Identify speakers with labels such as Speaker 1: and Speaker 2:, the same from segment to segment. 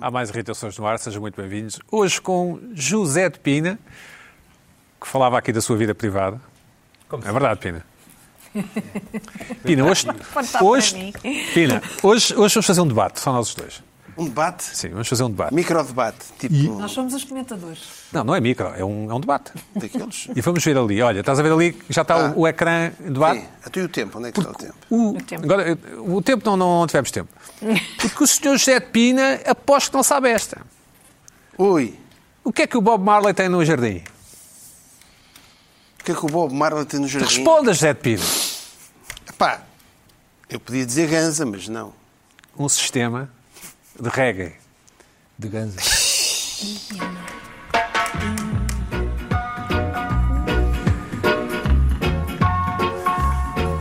Speaker 1: Há mais irritações no ar, sejam muito bem-vindos. Hoje com José de Pina, que falava aqui da sua vida privada.
Speaker 2: Como
Speaker 1: é verdade, Pina. Pina, hoje,
Speaker 3: Conta para
Speaker 1: hoje,
Speaker 3: mim.
Speaker 1: Pina, hoje, hoje vamos fazer um debate, só nós os dois.
Speaker 4: Um debate?
Speaker 1: Sim, vamos fazer um debate.
Speaker 4: Micro-debate, tipo
Speaker 3: Nós somos os comentadores.
Speaker 1: Não, não é micro, é um, é um debate.
Speaker 4: daqueles.
Speaker 1: E vamos ver ali. Olha, estás a ver ali, já está o, o ecrã em debate.
Speaker 4: Sim, até o tempo, onde é que está o tempo?
Speaker 1: O,
Speaker 3: tempo.
Speaker 1: Agora, o tempo não, não tivemos tempo. Porque o senhor José de Pina aposto que não sabe esta.
Speaker 4: Ui,
Speaker 1: O que é que o Bob Marley tem no jardim?
Speaker 4: o que é que o Bob Marley tem no jardim?
Speaker 1: Responda, José de Pina.
Speaker 4: Pá, eu podia dizer ganza, mas não.
Speaker 1: Um sistema de reggae.
Speaker 2: De Ganza.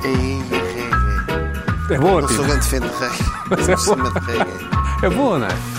Speaker 4: Ei, reggae.
Speaker 1: É boa,
Speaker 4: Não sou
Speaker 1: Pina.
Speaker 4: grande fã de reggae.
Speaker 1: Mas é
Speaker 4: Não sou
Speaker 1: bom.
Speaker 4: fã de reggae.
Speaker 1: É boa, não é?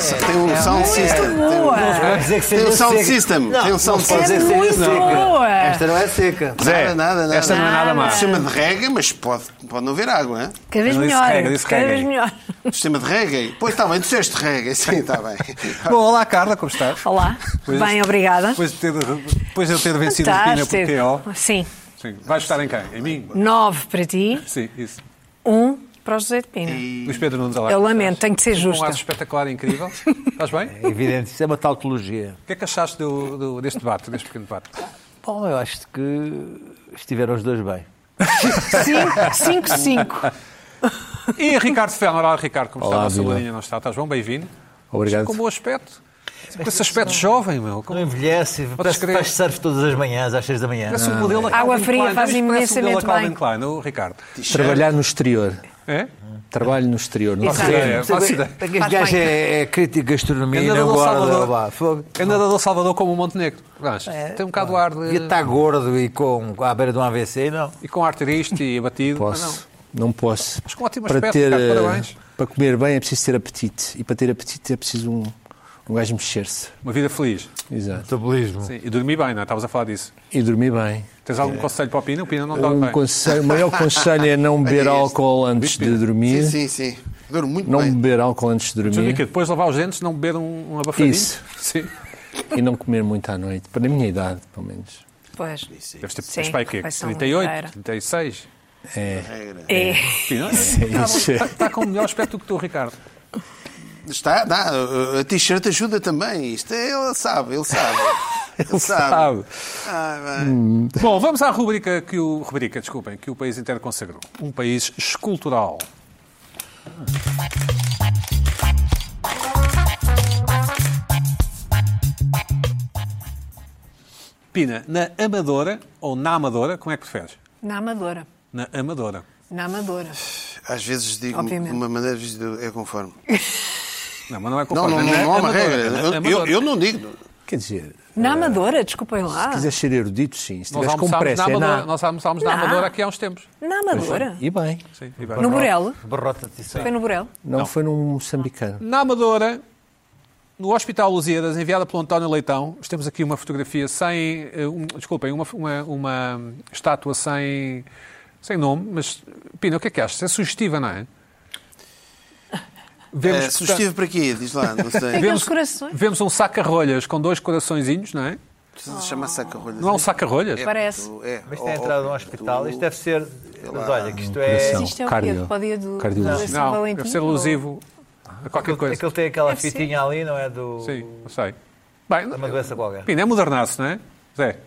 Speaker 4: Só Tem um sound system. Tem um-
Speaker 3: Boa!
Speaker 2: Vai Ah, dizer que
Speaker 4: Tem um
Speaker 2: seja
Speaker 4: sound
Speaker 2: seca.
Speaker 4: system. Tem um sound
Speaker 3: É
Speaker 4: system.
Speaker 3: muito boa!
Speaker 2: Esta não é seca.
Speaker 1: Zé,
Speaker 4: Nada, nada, nada.
Speaker 1: Esta não é nada
Speaker 3: Nada.
Speaker 1: má.
Speaker 4: Se chama de reggae, mas pode, pode não haver água, hein?
Speaker 3: Cada vez
Speaker 1: Não disse
Speaker 3: melhor.
Speaker 1: regra, disse
Speaker 3: Cada
Speaker 1: regra.
Speaker 3: vez melhor.
Speaker 4: Sistema de reggae? Pois está bem, tu disseste reggae, sim, está bem.
Speaker 1: Bom, olá, Carla, como estás?
Speaker 3: Olá.
Speaker 1: Pois-
Speaker 3: Bem, obrigada.
Speaker 1: Depois de, ter, depois de eu ter vencido o Pina por
Speaker 3: Fantástico.
Speaker 1: TO.
Speaker 3: Sim.
Speaker 1: Sim. Vais votar em quem? Em mim?
Speaker 3: Nove para ti,
Speaker 1: Sim, isso.
Speaker 3: um para o José de Pina.
Speaker 1: Luís Pedro Nunes Alá.
Speaker 3: Eu lamento, tenho que ser
Speaker 1: Um
Speaker 3: justa.
Speaker 1: ato espetacular, incrível. Estás bem?
Speaker 2: É evidente, isso é uma tautologia.
Speaker 1: O que é que achaste do, do- deste debate, deste pequeno debate?
Speaker 2: Bom, eu acho que estiveram os dois bem.
Speaker 3: Cinco, cinco, cinco.
Speaker 1: E Ricardo Fellner, olá Ricardo, como
Speaker 2: Olá,
Speaker 1: está? A nossa
Speaker 2: viva.
Speaker 1: Larinha não está, estás bom? Bem-vindo.
Speaker 2: Obrigado.
Speaker 1: Com um bom aspecto. Com esse aspecto jovem, meu. Com...
Speaker 2: Não envelhece, faz,
Speaker 1: crer.
Speaker 2: faz surf todas as manhãs, às seis da manhã.
Speaker 1: Parece um modelo da
Speaker 3: Ah, é. Água
Speaker 1: Calvin
Speaker 3: fria
Speaker 1: Klein.
Speaker 3: faz
Speaker 1: Mas parece um modelo da
Speaker 3: imensamente
Speaker 1: Calvin
Speaker 3: bem.
Speaker 1: Klein, o Ricardo.
Speaker 5: Trabalhar no exterior.
Speaker 1: É?
Speaker 5: Trabalho no exterior. Não
Speaker 3: Exato.
Speaker 5: sei.
Speaker 1: É, faço ideia.
Speaker 2: Para que
Speaker 3: Faz
Speaker 2: este gajo
Speaker 3: bem.
Speaker 2: é, é crítico de gastronomia e
Speaker 1: Anda
Speaker 2: não
Speaker 1: do
Speaker 2: gorda.
Speaker 1: Salvador.
Speaker 2: vá, fogo.
Speaker 1: É nadador do Salvador como o Montenegro. Não achas?
Speaker 3: É.
Speaker 1: Tem um bocado de ar
Speaker 2: Devia
Speaker 1: de...
Speaker 2: estar gordo e com, à beira de um AVC, não.
Speaker 1: E com ar triste e abatido. mas não.
Speaker 5: Posso. Não posso.
Speaker 1: Mas com ótimo
Speaker 5: para
Speaker 1: aspecto,
Speaker 5: ter,
Speaker 1: Ricardo,
Speaker 5: eh,
Speaker 1: parabéns.
Speaker 5: Para comer bem é preciso ter apetite. E para ter apetite é preciso um, um gajo mexer-se.
Speaker 1: Uma vida feliz.
Speaker 5: Exato.
Speaker 2: Metabolismo.
Speaker 1: Sim. E dormir bem, não é? Estavas a falar disso.
Speaker 5: E dormir bem.
Speaker 1: Tens algum conselho para o Pina? O Pina não dorme
Speaker 5: Um
Speaker 1: Tá bem.
Speaker 5: conselho, o maior conselho é não beber
Speaker 4: este.
Speaker 5: álcool antes de dormir.
Speaker 4: Sim, sim, sim. Adoro muito
Speaker 5: Não
Speaker 4: bem.
Speaker 5: beber álcool antes de
Speaker 1: Mas o quê?
Speaker 5: dormir
Speaker 1: Depois de lavar os dentes, não beber um, um abafadinho?
Speaker 5: Isso.
Speaker 1: Sim.
Speaker 5: e não comer muito à noite, para a minha idade, pelo menos.
Speaker 3: Pois.
Speaker 1: Deves ter
Speaker 3: Sim,
Speaker 1: Sim, pai, quê?
Speaker 3: refeição
Speaker 1: 38,
Speaker 3: inteira.
Speaker 1: 36?
Speaker 4: Regra.
Speaker 3: É.
Speaker 1: Sim, não é? Está, está com o melhor aspecto do que tu, Ricardo.
Speaker 4: Está, dá, a- a t-shirt ajuda também. Isto é, ele sabe, ele sabe. ele
Speaker 1: Sabe.
Speaker 4: Ah, bem.
Speaker 1: Bom, vamos à rubrica que o. Rubrica, desculpem, que o país inteiro consagrou. Um país escultural. Pina, na Amadora ou na Amadora, como é que preferes?
Speaker 3: Na Amadora.
Speaker 1: Na Amadora.
Speaker 3: Na Amadora.
Speaker 4: Às vezes digo
Speaker 3: Obviamente.
Speaker 4: de uma maneira, às vezes digo, é conforme.
Speaker 1: Não, mas não é
Speaker 4: Não,
Speaker 1: conforme.
Speaker 4: não, não,
Speaker 1: é na
Speaker 4: há uma
Speaker 1: Amadora,
Speaker 4: regra.
Speaker 1: na
Speaker 4: Eu, eu,
Speaker 1: Amadora.
Speaker 4: eu não digo.
Speaker 5: Quer dizer,
Speaker 3: Na Amadora, desculpem lá.
Speaker 5: se quiser ser erudito, sim. Se
Speaker 1: Ah. Nós
Speaker 5: tiveres com
Speaker 1: almoçámos, na
Speaker 5: pressa, é
Speaker 1: Amadora,
Speaker 5: na...
Speaker 1: nós almoçámos na
Speaker 3: Não.
Speaker 1: Amadora aqui há uns tempos.
Speaker 3: Na Amadora.
Speaker 5: E bem.
Speaker 1: Sim, e vai.
Speaker 3: No Borel.
Speaker 2: Barrota de tição.
Speaker 3: Foi no Borel.
Speaker 5: Não, foi num moçambicano.
Speaker 1: Na Amadora, no Hospital Lusíadas, enviada pelo António Leitão, nós temos aqui uma fotografia sem. eh, Um, desculpem, uma, uma, uma estátua sem, sem nome, mas. Pina, o que é que achas? É sugestiva, não é? Vemos, tá-
Speaker 4: É, sugestivo para quê? Diz lá, não sei.
Speaker 3: Aqueles corações.
Speaker 1: vemos um saca-rolhas com dois coraçõezinhos, não é?
Speaker 4: Precisa chamar saca-rolhas.
Speaker 1: Não é um saca-rolhas?
Speaker 3: Parece.
Speaker 4: É,
Speaker 2: Mas tem
Speaker 4: oh,
Speaker 2: entrado num
Speaker 4: oh,
Speaker 2: hospital,
Speaker 4: tu-
Speaker 6: é-
Speaker 2: isto deve ser. Mas olha, que isto é.
Speaker 5: Coração.
Speaker 3: Isto é o quê?
Speaker 5: Cardio.
Speaker 3: Para o dia do
Speaker 5: Cardiologia.
Speaker 3: do São
Speaker 1: Não,
Speaker 3: Valentim?
Speaker 1: deve ser alusivo a qualquer
Speaker 2: É que
Speaker 1: coisa.
Speaker 2: ele tem aquela
Speaker 3: Deve ser.
Speaker 2: fitinha ali, não é? Do,
Speaker 1: Sim, não sei. Bem,
Speaker 2: de uma doença qualquer.
Speaker 1: Pina, é modernaço, não é? Zé,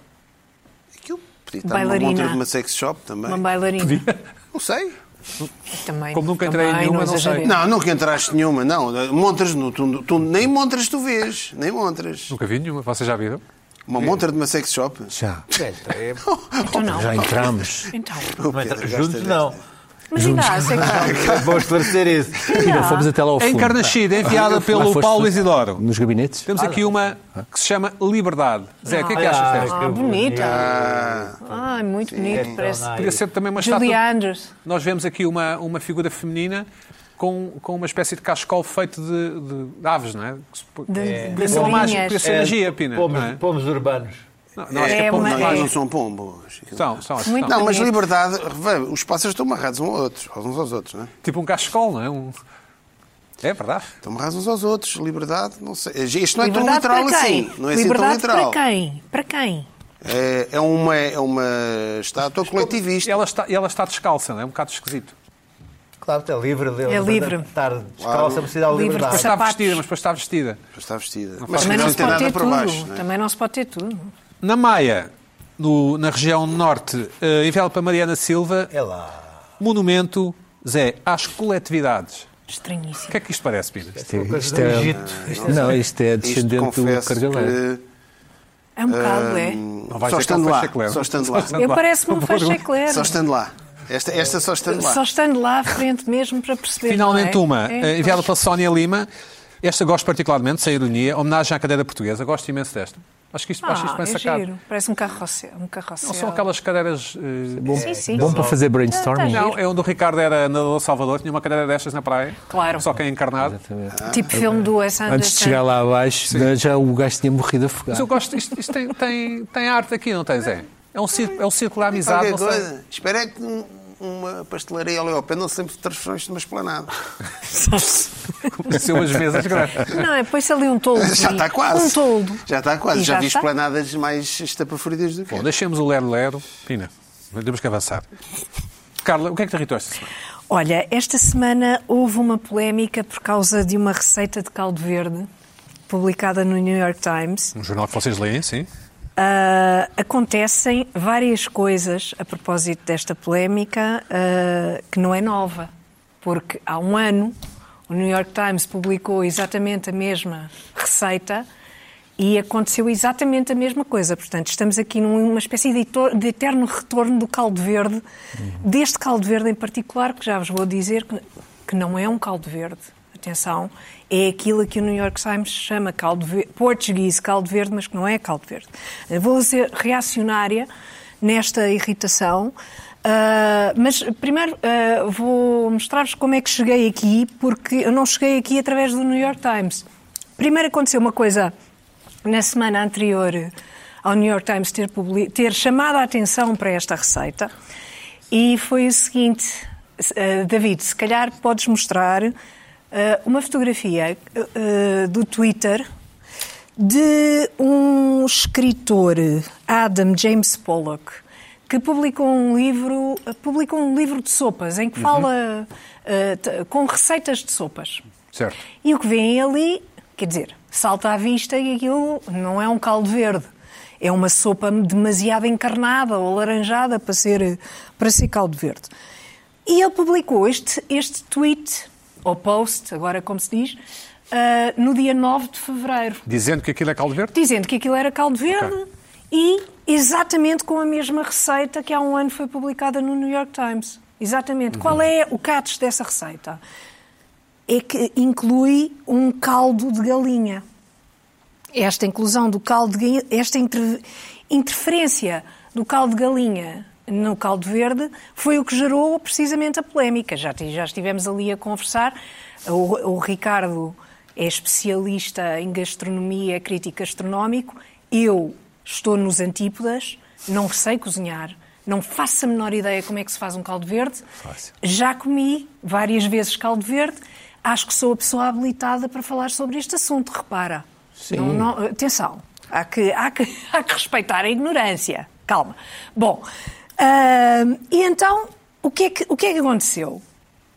Speaker 4: Aquilo podia estar numa
Speaker 3: Bailarina.
Speaker 4: montra de uma sex shop também.
Speaker 3: Uma bailarina.
Speaker 4: Não sei.
Speaker 3: Também,
Speaker 1: Como nunca
Speaker 3: também,
Speaker 1: entrei em nenhuma, não sei.
Speaker 3: exagerei.
Speaker 4: Não, nunca entraste nenhuma, não. Montras, no, tu, tu- nem montras tu vês. Nem montras.
Speaker 1: nunca vi nenhuma. Vocês já viram?
Speaker 4: Uma montra de uma sex shop.
Speaker 5: Já.
Speaker 2: é,
Speaker 3: Então não.
Speaker 5: Já entramos.
Speaker 3: Então.
Speaker 4: O
Speaker 2: Mas
Speaker 4: Pedro
Speaker 2: juntos
Speaker 4: gasta
Speaker 2: não.
Speaker 3: Mas ainda há
Speaker 4: Ah,
Speaker 3: sexo.
Speaker 2: É bom esclarecer isso.
Speaker 5: E não
Speaker 3: Tá.
Speaker 5: fomos até lá ao fundo.
Speaker 1: Em Carnachide, enviada pelo
Speaker 5: foste
Speaker 1: Paulo
Speaker 5: tu?
Speaker 1: Isidoro.
Speaker 5: Nos gabinetes?
Speaker 1: Temos aqui uma que se chama Liberdade. Zé, o que é que achas desta?
Speaker 3: Ah,
Speaker 2: que
Speaker 3: bonita.
Speaker 4: Ah,
Speaker 3: Ai, muito
Speaker 4: é,
Speaker 3: bonito. Parece
Speaker 2: nice.
Speaker 1: Podia ser também uma
Speaker 3: Julie
Speaker 1: estátua.
Speaker 3: Andrews.
Speaker 1: Nós vemos aqui uma, uma figura feminina com, com uma espécie de cascol feito de, de- de aves, não é? Que se po-
Speaker 3: De- É. de
Speaker 1: Podia ser uma mágica,
Speaker 3: bolinhas.
Speaker 1: podia ser magia, Pina.
Speaker 2: Pomos,
Speaker 1: não é?
Speaker 2: pomos urbanos.
Speaker 1: Não, não, acho
Speaker 3: É
Speaker 1: que é pombo
Speaker 3: uma- é.
Speaker 4: não,
Speaker 1: mágico.
Speaker 4: não são pombos.
Speaker 1: São, são, acho que
Speaker 3: Muito
Speaker 1: são.
Speaker 4: Não, mas
Speaker 3: Bonito.
Speaker 4: liberdade, vê, os pássaros estão amarrados uns aos outros, uns aos outros, não é?
Speaker 1: Tipo um cascol, não é? Um, É verdade.
Speaker 4: Estão me uns aos outros. Liberdade, não sei. Isto não é tão
Speaker 3: Liberdade
Speaker 4: literal
Speaker 3: para quem?
Speaker 4: assim. Não é assim tão
Speaker 3: Liberdade
Speaker 4: literal.
Speaker 3: para quem? Para quem?
Speaker 4: É, é uma, é uma estátua
Speaker 1: E
Speaker 4: coletivista.
Speaker 1: ela está, e ela está descalça, não é? É um bocado esquisito.
Speaker 2: Claro, está livre. dele.
Speaker 3: É livre.
Speaker 2: Estar descalça, precisa da
Speaker 3: Livre.
Speaker 1: Mas
Speaker 2: liberdade.
Speaker 1: está
Speaker 3: Sapatos.
Speaker 1: vestida, mas depois está vestida.
Speaker 4: Mas Está vestida.
Speaker 1: faz
Speaker 3: Também
Speaker 1: Mas
Speaker 3: não
Speaker 1: não
Speaker 3: se
Speaker 4: tem
Speaker 3: pode ter
Speaker 4: nada para
Speaker 3: tudo.
Speaker 4: baixo. não é?
Speaker 3: Também não se pode ter tudo.
Speaker 1: Na Maia, no- na região norte, eh, enviado para Mariana Silva,
Speaker 2: É lá.
Speaker 1: monumento, Zé, às coletividades. O
Speaker 3: Estranhíssimo.
Speaker 1: que é que isto parece, Pires?
Speaker 2: Uma coisa
Speaker 5: Isto
Speaker 2: do
Speaker 5: é-
Speaker 2: Egito.
Speaker 5: Não, isto é
Speaker 4: Isto
Speaker 5: descendente do
Speaker 4: confesso
Speaker 5: Cargalé.
Speaker 4: que...
Speaker 3: É um bocado, é.
Speaker 4: hum,
Speaker 1: Não vais dizer
Speaker 4: só
Speaker 1: que é um
Speaker 4: estando lá.
Speaker 1: fecheclero.
Speaker 4: Só estando lá.
Speaker 3: Eu parece-me um faixa
Speaker 4: Só
Speaker 3: eclair.
Speaker 4: estando lá. Esta, esta só estando lá.
Speaker 3: Só estando lá à frente mesmo para perceber.
Speaker 1: Finalmente
Speaker 3: não é?
Speaker 1: uma,
Speaker 3: É,
Speaker 1: eh, enviada pela Sónia Lima. Esta gosto particularmente, sem ironia, homenagem à cadeira portuguesa. Gosto imenso desta. Acho que isto, acho isto
Speaker 3: Ah,
Speaker 1: bem
Speaker 3: é
Speaker 1: sacado.
Speaker 3: giro. Parece um carrossel. Um carrossel.
Speaker 1: Não são aquelas cadeiras...
Speaker 4: é
Speaker 1: eh,
Speaker 3: Sim, sim. tá
Speaker 5: Bom para fazer brainstorming.
Speaker 1: Não, é onde o Ricardo era nadador de Salvador, tinha uma cadeira destas na praia.
Speaker 3: Claro.
Speaker 1: Só quem é encarnado.
Speaker 3: Tipo filme do Wes Anderson.
Speaker 5: Antes de chegar lá abaixo, né, já o gajo tinha morrido
Speaker 1: Mas eu
Speaker 5: afogado.
Speaker 1: gosto, isto, isto tem, tem, tem arte aqui, não tem, Zé? É um círculo, é um círculo da amizade,
Speaker 4: Qualquer
Speaker 1: não sei.
Speaker 4: coisa. Espera é que um- uma pastelaria ali ao pé não se lembre de transformar isto numa esplanada.
Speaker 1: Pareceu umas mesas grandes.
Speaker 3: Não, é põe-se ali um toldo.
Speaker 4: Já está quase.
Speaker 3: Um toldo.
Speaker 4: Já está quase.
Speaker 3: E
Speaker 4: Já,
Speaker 3: já
Speaker 4: vi
Speaker 3: está.
Speaker 4: esplanadas mais estapafúridas do que
Speaker 1: Bom, deixemos o Lero Lero. Pina, mas temos que avançar. Carla, o que é que te irritou esta semana?
Speaker 3: Olha, esta semana houve uma polémica por causa de uma receita de caldo verde publicada no New York Times.
Speaker 1: Um jornal que vocês leem, sim.
Speaker 3: Ah, acontecem várias coisas a propósito desta polémica ah, que não é nova, porque há um ano o New York Times publicou exatamente a mesma receita e aconteceu exatamente a mesma coisa. Portanto, estamos aqui numa espécie de, etor- de eterno retorno do caldo verde, deste caldo verde em particular, que já vos vou dizer que, que não é um caldo verde. Atenção, é aquilo que o New York Times chama caldo ver- português caldo verde, mas que não é caldo verde. Eu Vou ser reacionária nesta irritação, ah, mas primeiro ah, vou mostrar-vos como é que cheguei aqui, porque eu não cheguei aqui através do New York Times. Primeiro aconteceu uma coisa na semana anterior ao New York Times ter, publi- ter chamado a atenção para esta receita e foi o seguinte, eh, David, se calhar podes mostrar eh, uma fotografia eh, eh, do Twitter de um escritor, Adam James Pollock, que publicou um livro, publicou um livro de sopas em que fala eh, t- com receitas de sopas.
Speaker 1: Certo.
Speaker 3: E o que vem ali, quer dizer, salta à vista e aquilo não é um caldo verde. É uma sopa demasiado encarnada ou laranjada para ser, para ser caldo verde. E ele publicou este, este tweet, ou post, agora como se diz, ah, no dia 9 de fevereiro
Speaker 1: Dizendo que aquilo é caldo verde?
Speaker 3: dizendo que aquilo era caldo verde e exatamente com a mesma receita que há um ano foi publicada no New York Times. Exatamente. Qual é o catch dessa receita? É que inclui um caldo de galinha. Esta inclusão do caldo de galinha, esta inter- interferência do caldo de galinha no caldo verde foi o que gerou precisamente a polémica. Já, ti- já estivemos ali a conversar. O, o Ricardo é especialista em gastronomia, é crítico gastronómico. Eu estou nos antípodas, não sei cozinhar, não faço a menor ideia como é que se faz um caldo verde. Já comi várias vezes caldo verde. Acho que sou a pessoa habilitada para falar sobre este assunto, repara. Não, não- atenção, há que, há, que, há que respeitar a ignorância. Calma. Bom, ahm, e então, o que, é que, o que é que aconteceu?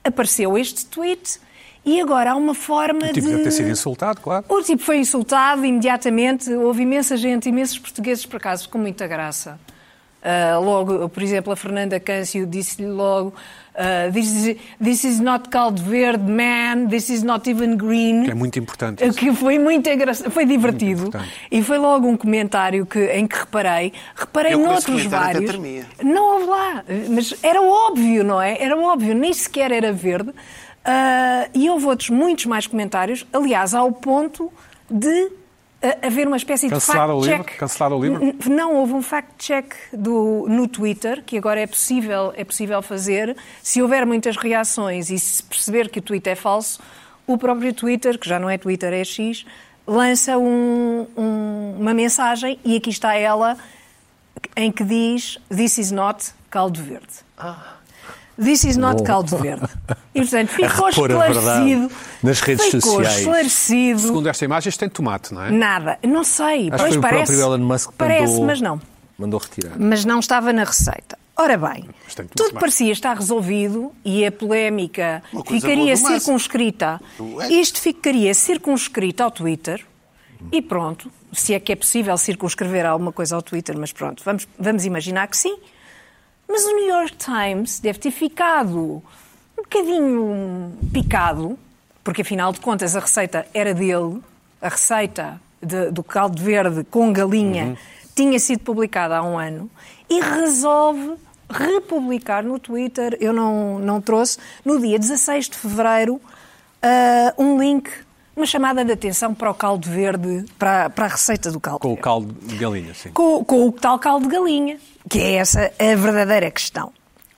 Speaker 3: Apareceu este tweet e agora há uma forma
Speaker 1: O tipo
Speaker 3: de...
Speaker 1: deve ter sido insultado, claro.
Speaker 3: O tipo foi insultado imediatamente. Houve imensa gente, imensos portugueses, por acaso, com muita graça. Ah, logo, por exemplo, a Fernanda Câncio disse-lhe logo: ah, this, is, this is not called verde, man, this is not even green.
Speaker 1: Que é muito importante.
Speaker 3: O que foi muito engraçado, foi divertido.
Speaker 1: Muito importante.
Speaker 3: e foi logo um comentário que, em que reparei. Reparei
Speaker 4: Eu com esse
Speaker 3: noutros
Speaker 4: comentário até
Speaker 3: vários.
Speaker 4: tremia.
Speaker 3: Não houve lá, mas era óbvio, não é? Era óbvio, nem sequer era verde. Ah, e houve outros, muitos mais comentários, aliás, ao ponto de ah, haver uma espécie
Speaker 1: Cancelar
Speaker 3: de
Speaker 1: o livro?
Speaker 3: fact-check.
Speaker 1: Cancelar o livro?
Speaker 3: N- n- Não, houve um fact-check do- no Twitter, que agora é possível, é possível fazer. Se houver muitas reações e se perceber que o tweet é falso, o próprio Twitter, que já não é Twitter, é X, lança um- um- uma mensagem e aqui está ela em que diz This is not caldo verde. This is not caldo verde. E, portanto, ficou
Speaker 5: repor Ah. a
Speaker 3: esclarecido.
Speaker 5: verdade nas redes
Speaker 3: ficou
Speaker 5: sociais.
Speaker 3: esclarecido.
Speaker 1: Segundo esta imagem, isto tem tomate, não é?
Speaker 3: Nada. Não sei.
Speaker 5: Acho que
Speaker 3: pois
Speaker 5: foi o
Speaker 3: parece,
Speaker 5: próprio Elon Musk que
Speaker 3: parece,
Speaker 5: mandou,
Speaker 3: mas não.
Speaker 5: mandou retirar.
Speaker 3: Mas não estava na receita. Ora bem,
Speaker 1: Mas tem que
Speaker 3: tudo
Speaker 1: tomar.
Speaker 3: parecia estar resolvido e a polémica
Speaker 4: Uma coisa
Speaker 3: ficaria
Speaker 4: boa do Musk.
Speaker 3: circunscrita.
Speaker 4: Não é?
Speaker 3: Isto ficaria circunscrito ao Twitter e pronto, se é que é possível circunscrever alguma coisa ao Twitter, mas pronto, vamos, vamos imaginar que sim. Mas o New York Times deve ter ficado um bocadinho picado, porque afinal de contas a receita era dele, a receita de- do caldo verde com galinha
Speaker 1: Uhum.
Speaker 3: tinha sido publicada há um ano e resolve republicar no Twitter, eu não, não trouxe, no dia 16 de fevereiro, ah, um link, uma chamada de atenção para o caldo verde, para, para a receita do caldo
Speaker 1: Com o
Speaker 3: verde
Speaker 1: caldo de galinha, sim.
Speaker 3: com, com o tal caldo de galinha, que é essa a verdadeira questão.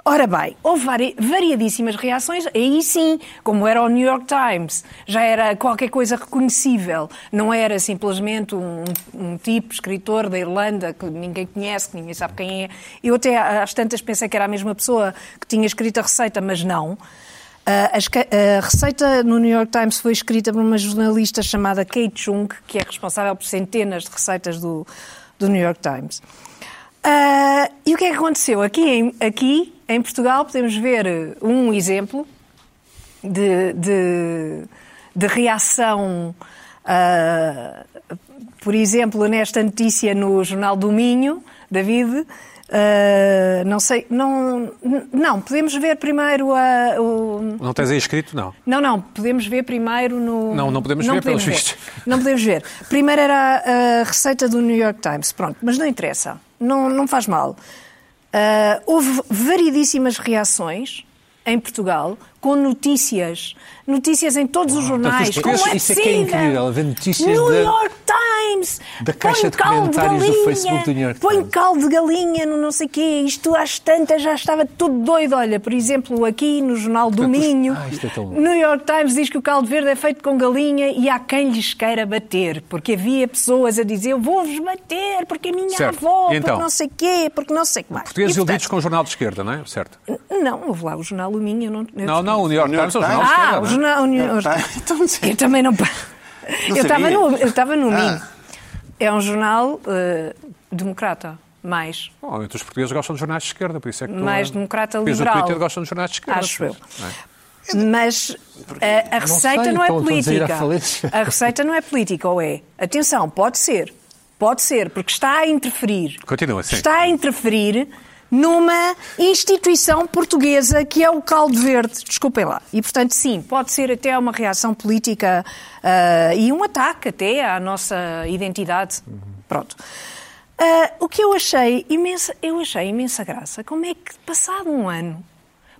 Speaker 3: Ora bem, houve vari- variadíssimas reações, aí sim, como era o New York Times, já era qualquer coisa reconhecível, não era simplesmente um, um tipo, escritor da Irlanda, que ninguém conhece, que ninguém sabe quem é. Eu até às tantas pensei que era a mesma pessoa que tinha escrito a receita, mas não. Ah, as ca- a receita no New York Times foi escrita por uma jornalista chamada Kate Chung, que é responsável por centenas de receitas do, do New York Times. Ah, e o que é que aconteceu? Aqui em, aqui, em Portugal, podemos ver eh, um exemplo de, de, de reação, ah, por exemplo, nesta notícia no Jornal do Minho, David. ah, não sei, não, n- não, podemos ver primeiro a, o,
Speaker 1: Não tens aí escrito, não.
Speaker 3: não, não, podemos ver primeiro no.
Speaker 1: Não, não podemos ver, pelos vistos.
Speaker 3: Não podemos ver. Primeiro era a receita do New York Times, pronto, mas não interessa, não, não faz mal. Ah, houve variedíssimas reações em Portugal com notícias, notícias em todos os jornais.
Speaker 5: isso-
Speaker 3: Como é
Speaker 5: isso é que é
Speaker 3: possível?
Speaker 5: incrível, haver notícias
Speaker 3: New
Speaker 5: da-
Speaker 3: York Times!
Speaker 5: da caixa
Speaker 3: põe
Speaker 5: de
Speaker 3: caldo
Speaker 5: comentários do
Speaker 3: galinha,
Speaker 5: Facebook do New York
Speaker 3: põe
Speaker 5: Times.
Speaker 3: caldo de galinha no não sei quê, isto às tantas já estava tudo doido. Olha, por exemplo, aqui no Jornal do Minho,
Speaker 5: Ah, isto é tão bom.
Speaker 3: New York Times diz que o caldo verde é feito com galinha e há quem lhes queira bater, porque havia pessoas a dizer eu vou-vos bater, porque a minha
Speaker 1: Certo.
Speaker 3: avó,
Speaker 1: E então?
Speaker 3: porque não sei quê, porque não sei o que mais.
Speaker 1: Portugueses
Speaker 3: E, portanto,
Speaker 1: iludidos com o jornal de esquerda, não é? Certo.
Speaker 3: Não, houve lá o Jornal do Minho. eu Não, eu
Speaker 1: Não, não, o New York
Speaker 4: New York
Speaker 1: Times é o jornal de
Speaker 4: Times.
Speaker 1: esquerda.
Speaker 3: Ah,
Speaker 1: não
Speaker 3: o
Speaker 1: é?
Speaker 3: Jornal o New York
Speaker 4: Tá,
Speaker 3: Times.
Speaker 4: então, sim.
Speaker 3: Eu também não. pa-
Speaker 4: Não
Speaker 3: eu estava
Speaker 4: sabia.
Speaker 3: no, eu estava no
Speaker 4: Ah.
Speaker 3: Minho. É um jornal eh, democrata, mais.
Speaker 1: Bom, entre os portugueses gostam de jornais de esquerda, por isso é que tu,
Speaker 3: Mais
Speaker 1: eh,
Speaker 3: democrata
Speaker 1: por isso
Speaker 3: liberal.
Speaker 1: o Twitter gostam de jornais de esquerda.
Speaker 3: Acho eu.
Speaker 1: pois, não é?
Speaker 3: Mas a, a receita
Speaker 5: sei,
Speaker 3: não é
Speaker 5: estão- estão a dizer à
Speaker 3: política.
Speaker 5: falência.
Speaker 3: A receita não é política, ou é? Atenção, pode ser. Pode ser, porque está a interferir.
Speaker 1: Continua, sim.
Speaker 3: Está a interferir numa instituição portuguesa que é o caldo verde. Desculpem lá. E, portanto, sim, pode ser até uma reação política ah, e um ataque até à nossa identidade. Pronto. Ah, o que eu achei imensa, eu achei imensa graça. Como é que, passado um ano,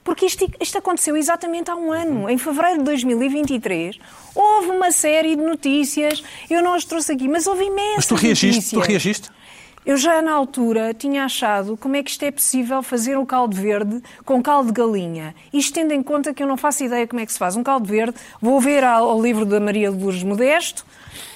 Speaker 3: porque isto, isto aconteceu exatamente há um ano, em fevereiro de 2023. Houve uma série de notícias, eu não as trouxe aqui, mas houve imensas
Speaker 1: Mas tu reagiste,
Speaker 3: notícias.
Speaker 1: tu reagiste?
Speaker 3: Eu já na altura tinha achado como é que isto é possível fazer um caldo verde com caldo de galinha. Isto tendo em conta que eu não faço ideia como é que se faz um caldo verde, vou ver ao, ao livro da Maria de Lourdes Modesto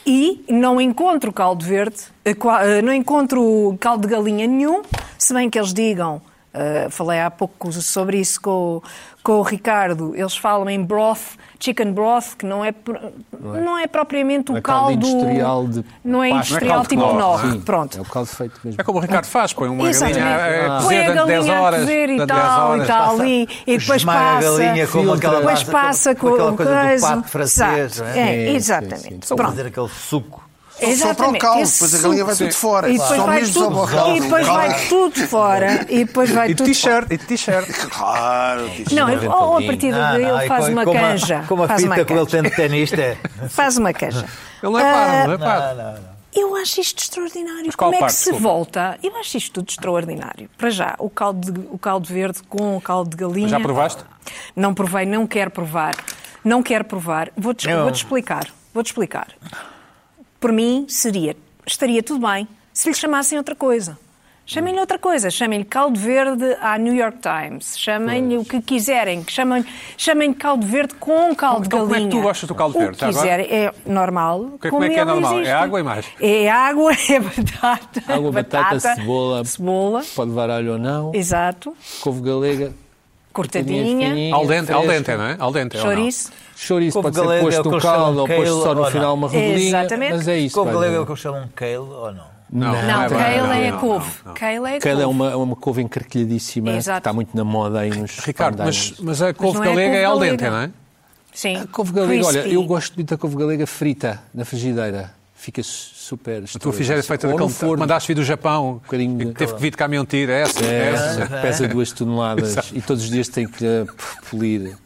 Speaker 3: e não encontro caldo verde, eh, qua- eh, não encontro caldo de galinha nenhum, se bem que eles digam, eh, falei há pouco sobre isso com, o- com o Ricardo, eles falam em broth, chicken broth, que não é, pr- não é propriamente o
Speaker 5: É
Speaker 3: caldo...
Speaker 5: caldo industrial de
Speaker 3: Não é
Speaker 5: pasta.
Speaker 1: Não
Speaker 3: industrial
Speaker 1: é caldo de
Speaker 3: tipo
Speaker 1: cloro,
Speaker 3: nó.
Speaker 5: Sim,
Speaker 3: Pronto.
Speaker 5: É o caldo feito mesmo.
Speaker 1: É como o Ricardo faz, põe uma
Speaker 3: Ah, Exatamente.
Speaker 1: galinha eh, a- a
Speaker 3: Põe
Speaker 1: cozer
Speaker 3: a
Speaker 1: durante 10
Speaker 3: galinha a
Speaker 1: horas.
Speaker 3: cozer e
Speaker 1: durante 10
Speaker 3: tal, e
Speaker 1: horas.
Speaker 3: tal, ali, e depois
Speaker 2: Esmaga
Speaker 3: passa.
Speaker 2: a galinha como aquela
Speaker 3: depois
Speaker 2: massa-
Speaker 3: passa
Speaker 2: com
Speaker 3: com,
Speaker 2: aquela coisa do
Speaker 3: coisa.
Speaker 2: pato francés,
Speaker 3: Exato.
Speaker 2: não é?
Speaker 3: é?
Speaker 5: Sim, sim,
Speaker 3: exatamente.
Speaker 5: sim.
Speaker 2: Para
Speaker 3: Pronto.
Speaker 2: fazer aquele suco.
Speaker 4: Só para o
Speaker 3: Exatamente.
Speaker 4: caldo,
Speaker 3: Esse
Speaker 4: depois a galinha vai
Speaker 3: suco.
Speaker 4: tudo fora.
Speaker 3: E depois
Speaker 4: Só
Speaker 3: vai
Speaker 4: mesmo
Speaker 3: tudo,
Speaker 4: só para o
Speaker 3: e depois
Speaker 4: caldo.
Speaker 3: vai tudo fora. E depois vai
Speaker 1: E
Speaker 3: É tudo fora.
Speaker 1: t-shirt, e t-shirt.
Speaker 4: Claro, que isto-
Speaker 3: Não, ele- ou a partir daí
Speaker 2: não,
Speaker 3: ele
Speaker 2: Ah, e
Speaker 3: faz
Speaker 2: com-
Speaker 3: uma
Speaker 2: com
Speaker 3: canja.
Speaker 2: Com uma
Speaker 3: Faz uma
Speaker 2: fita que ele tem
Speaker 3: canja.
Speaker 2: de tenista. é.
Speaker 3: Faz uma canja.
Speaker 1: Ele não é
Speaker 3: Ah,
Speaker 1: pá, não é
Speaker 2: Não,
Speaker 1: pá.
Speaker 2: não, não.
Speaker 3: Eu acho isto extraordinário.
Speaker 1: qual
Speaker 3: Como é
Speaker 1: parte,
Speaker 3: que se
Speaker 1: desculpa?
Speaker 3: volta? Eu acho isto tudo extraordinário. Para já, o caldo, de- o caldo verde com o caldo de galinha.
Speaker 1: Já provaste?
Speaker 3: Não provei, não quero provar. Não quero provar. Vou-te
Speaker 2: Eu-
Speaker 3: vou-te explicar. Vou-te explicar. Por mim, seria, estaria tudo bem se lhe chamassem outra coisa. Chamem-lhe outra coisa. Chamem-lhe caldo verde à New York Times. Chamem-lhe o que quiserem. Chamem- Chamem-lhe caldo verde com caldo de
Speaker 1: Então,
Speaker 3: galinha.
Speaker 1: como é que tu gostas do caldo verde,
Speaker 3: O que
Speaker 1: já agora?
Speaker 3: quiserem. É normal.
Speaker 1: que- como é que é
Speaker 3: ele
Speaker 1: normal? É
Speaker 3: existe.
Speaker 1: água e mais?
Speaker 3: É água, é batata.
Speaker 5: Água, batata, cebola.
Speaker 3: Cebola, É.
Speaker 5: Pode levar alho ou não.
Speaker 3: exato.
Speaker 5: Couve galega.
Speaker 3: Cortadinha.
Speaker 5: fininha,
Speaker 1: Al dente, al dente,
Speaker 5: fresca.
Speaker 1: não é? Al dente, é ou não?
Speaker 3: Chouriço.
Speaker 5: Chouriço
Speaker 2: Couve é
Speaker 5: pode ser
Speaker 2: galego,
Speaker 5: posto no
Speaker 2: aquele
Speaker 5: caldo ou
Speaker 2: cheiro de
Speaker 5: posto só
Speaker 2: kale,
Speaker 5: no
Speaker 2: ora.
Speaker 5: final uma rodelinha.
Speaker 3: Exatamente.
Speaker 5: Mas é isso.
Speaker 2: Couve
Speaker 5: vai,
Speaker 2: galego é
Speaker 5: não
Speaker 2: o que eles chamam kale ou não?
Speaker 1: Não,
Speaker 3: Não,
Speaker 1: é bem,
Speaker 5: é verdade,
Speaker 3: Kale é
Speaker 1: não, não,
Speaker 3: couve.
Speaker 1: não.
Speaker 3: Kale é
Speaker 5: Kale
Speaker 3: couve.
Speaker 5: é uma, é uma couve encraquilhadíssima que
Speaker 3: Exato.
Speaker 5: está muito na moda aí nos
Speaker 1: Ricardo, mas,
Speaker 5: pandeiros.
Speaker 1: mas a couve
Speaker 3: não é
Speaker 1: galega é,
Speaker 3: couve
Speaker 1: al
Speaker 3: galega.
Speaker 1: dente, não é?
Speaker 3: Sim.
Speaker 5: A couve galega, olha,
Speaker 3: Crispy.
Speaker 5: eu gosto muito da couve galega frita na frigideira. Fica su- super
Speaker 1: A tua frigideira é feita daquele que
Speaker 5: forno,
Speaker 1: mandaste vir do Japão
Speaker 5: bocadinho
Speaker 1: e
Speaker 5: de-
Speaker 1: que teve que vir Um de caminhão de tiro, é essa, é
Speaker 5: é,
Speaker 1: essa,
Speaker 5: que pesa duas toneladas e todos os dias tem que lhe polir.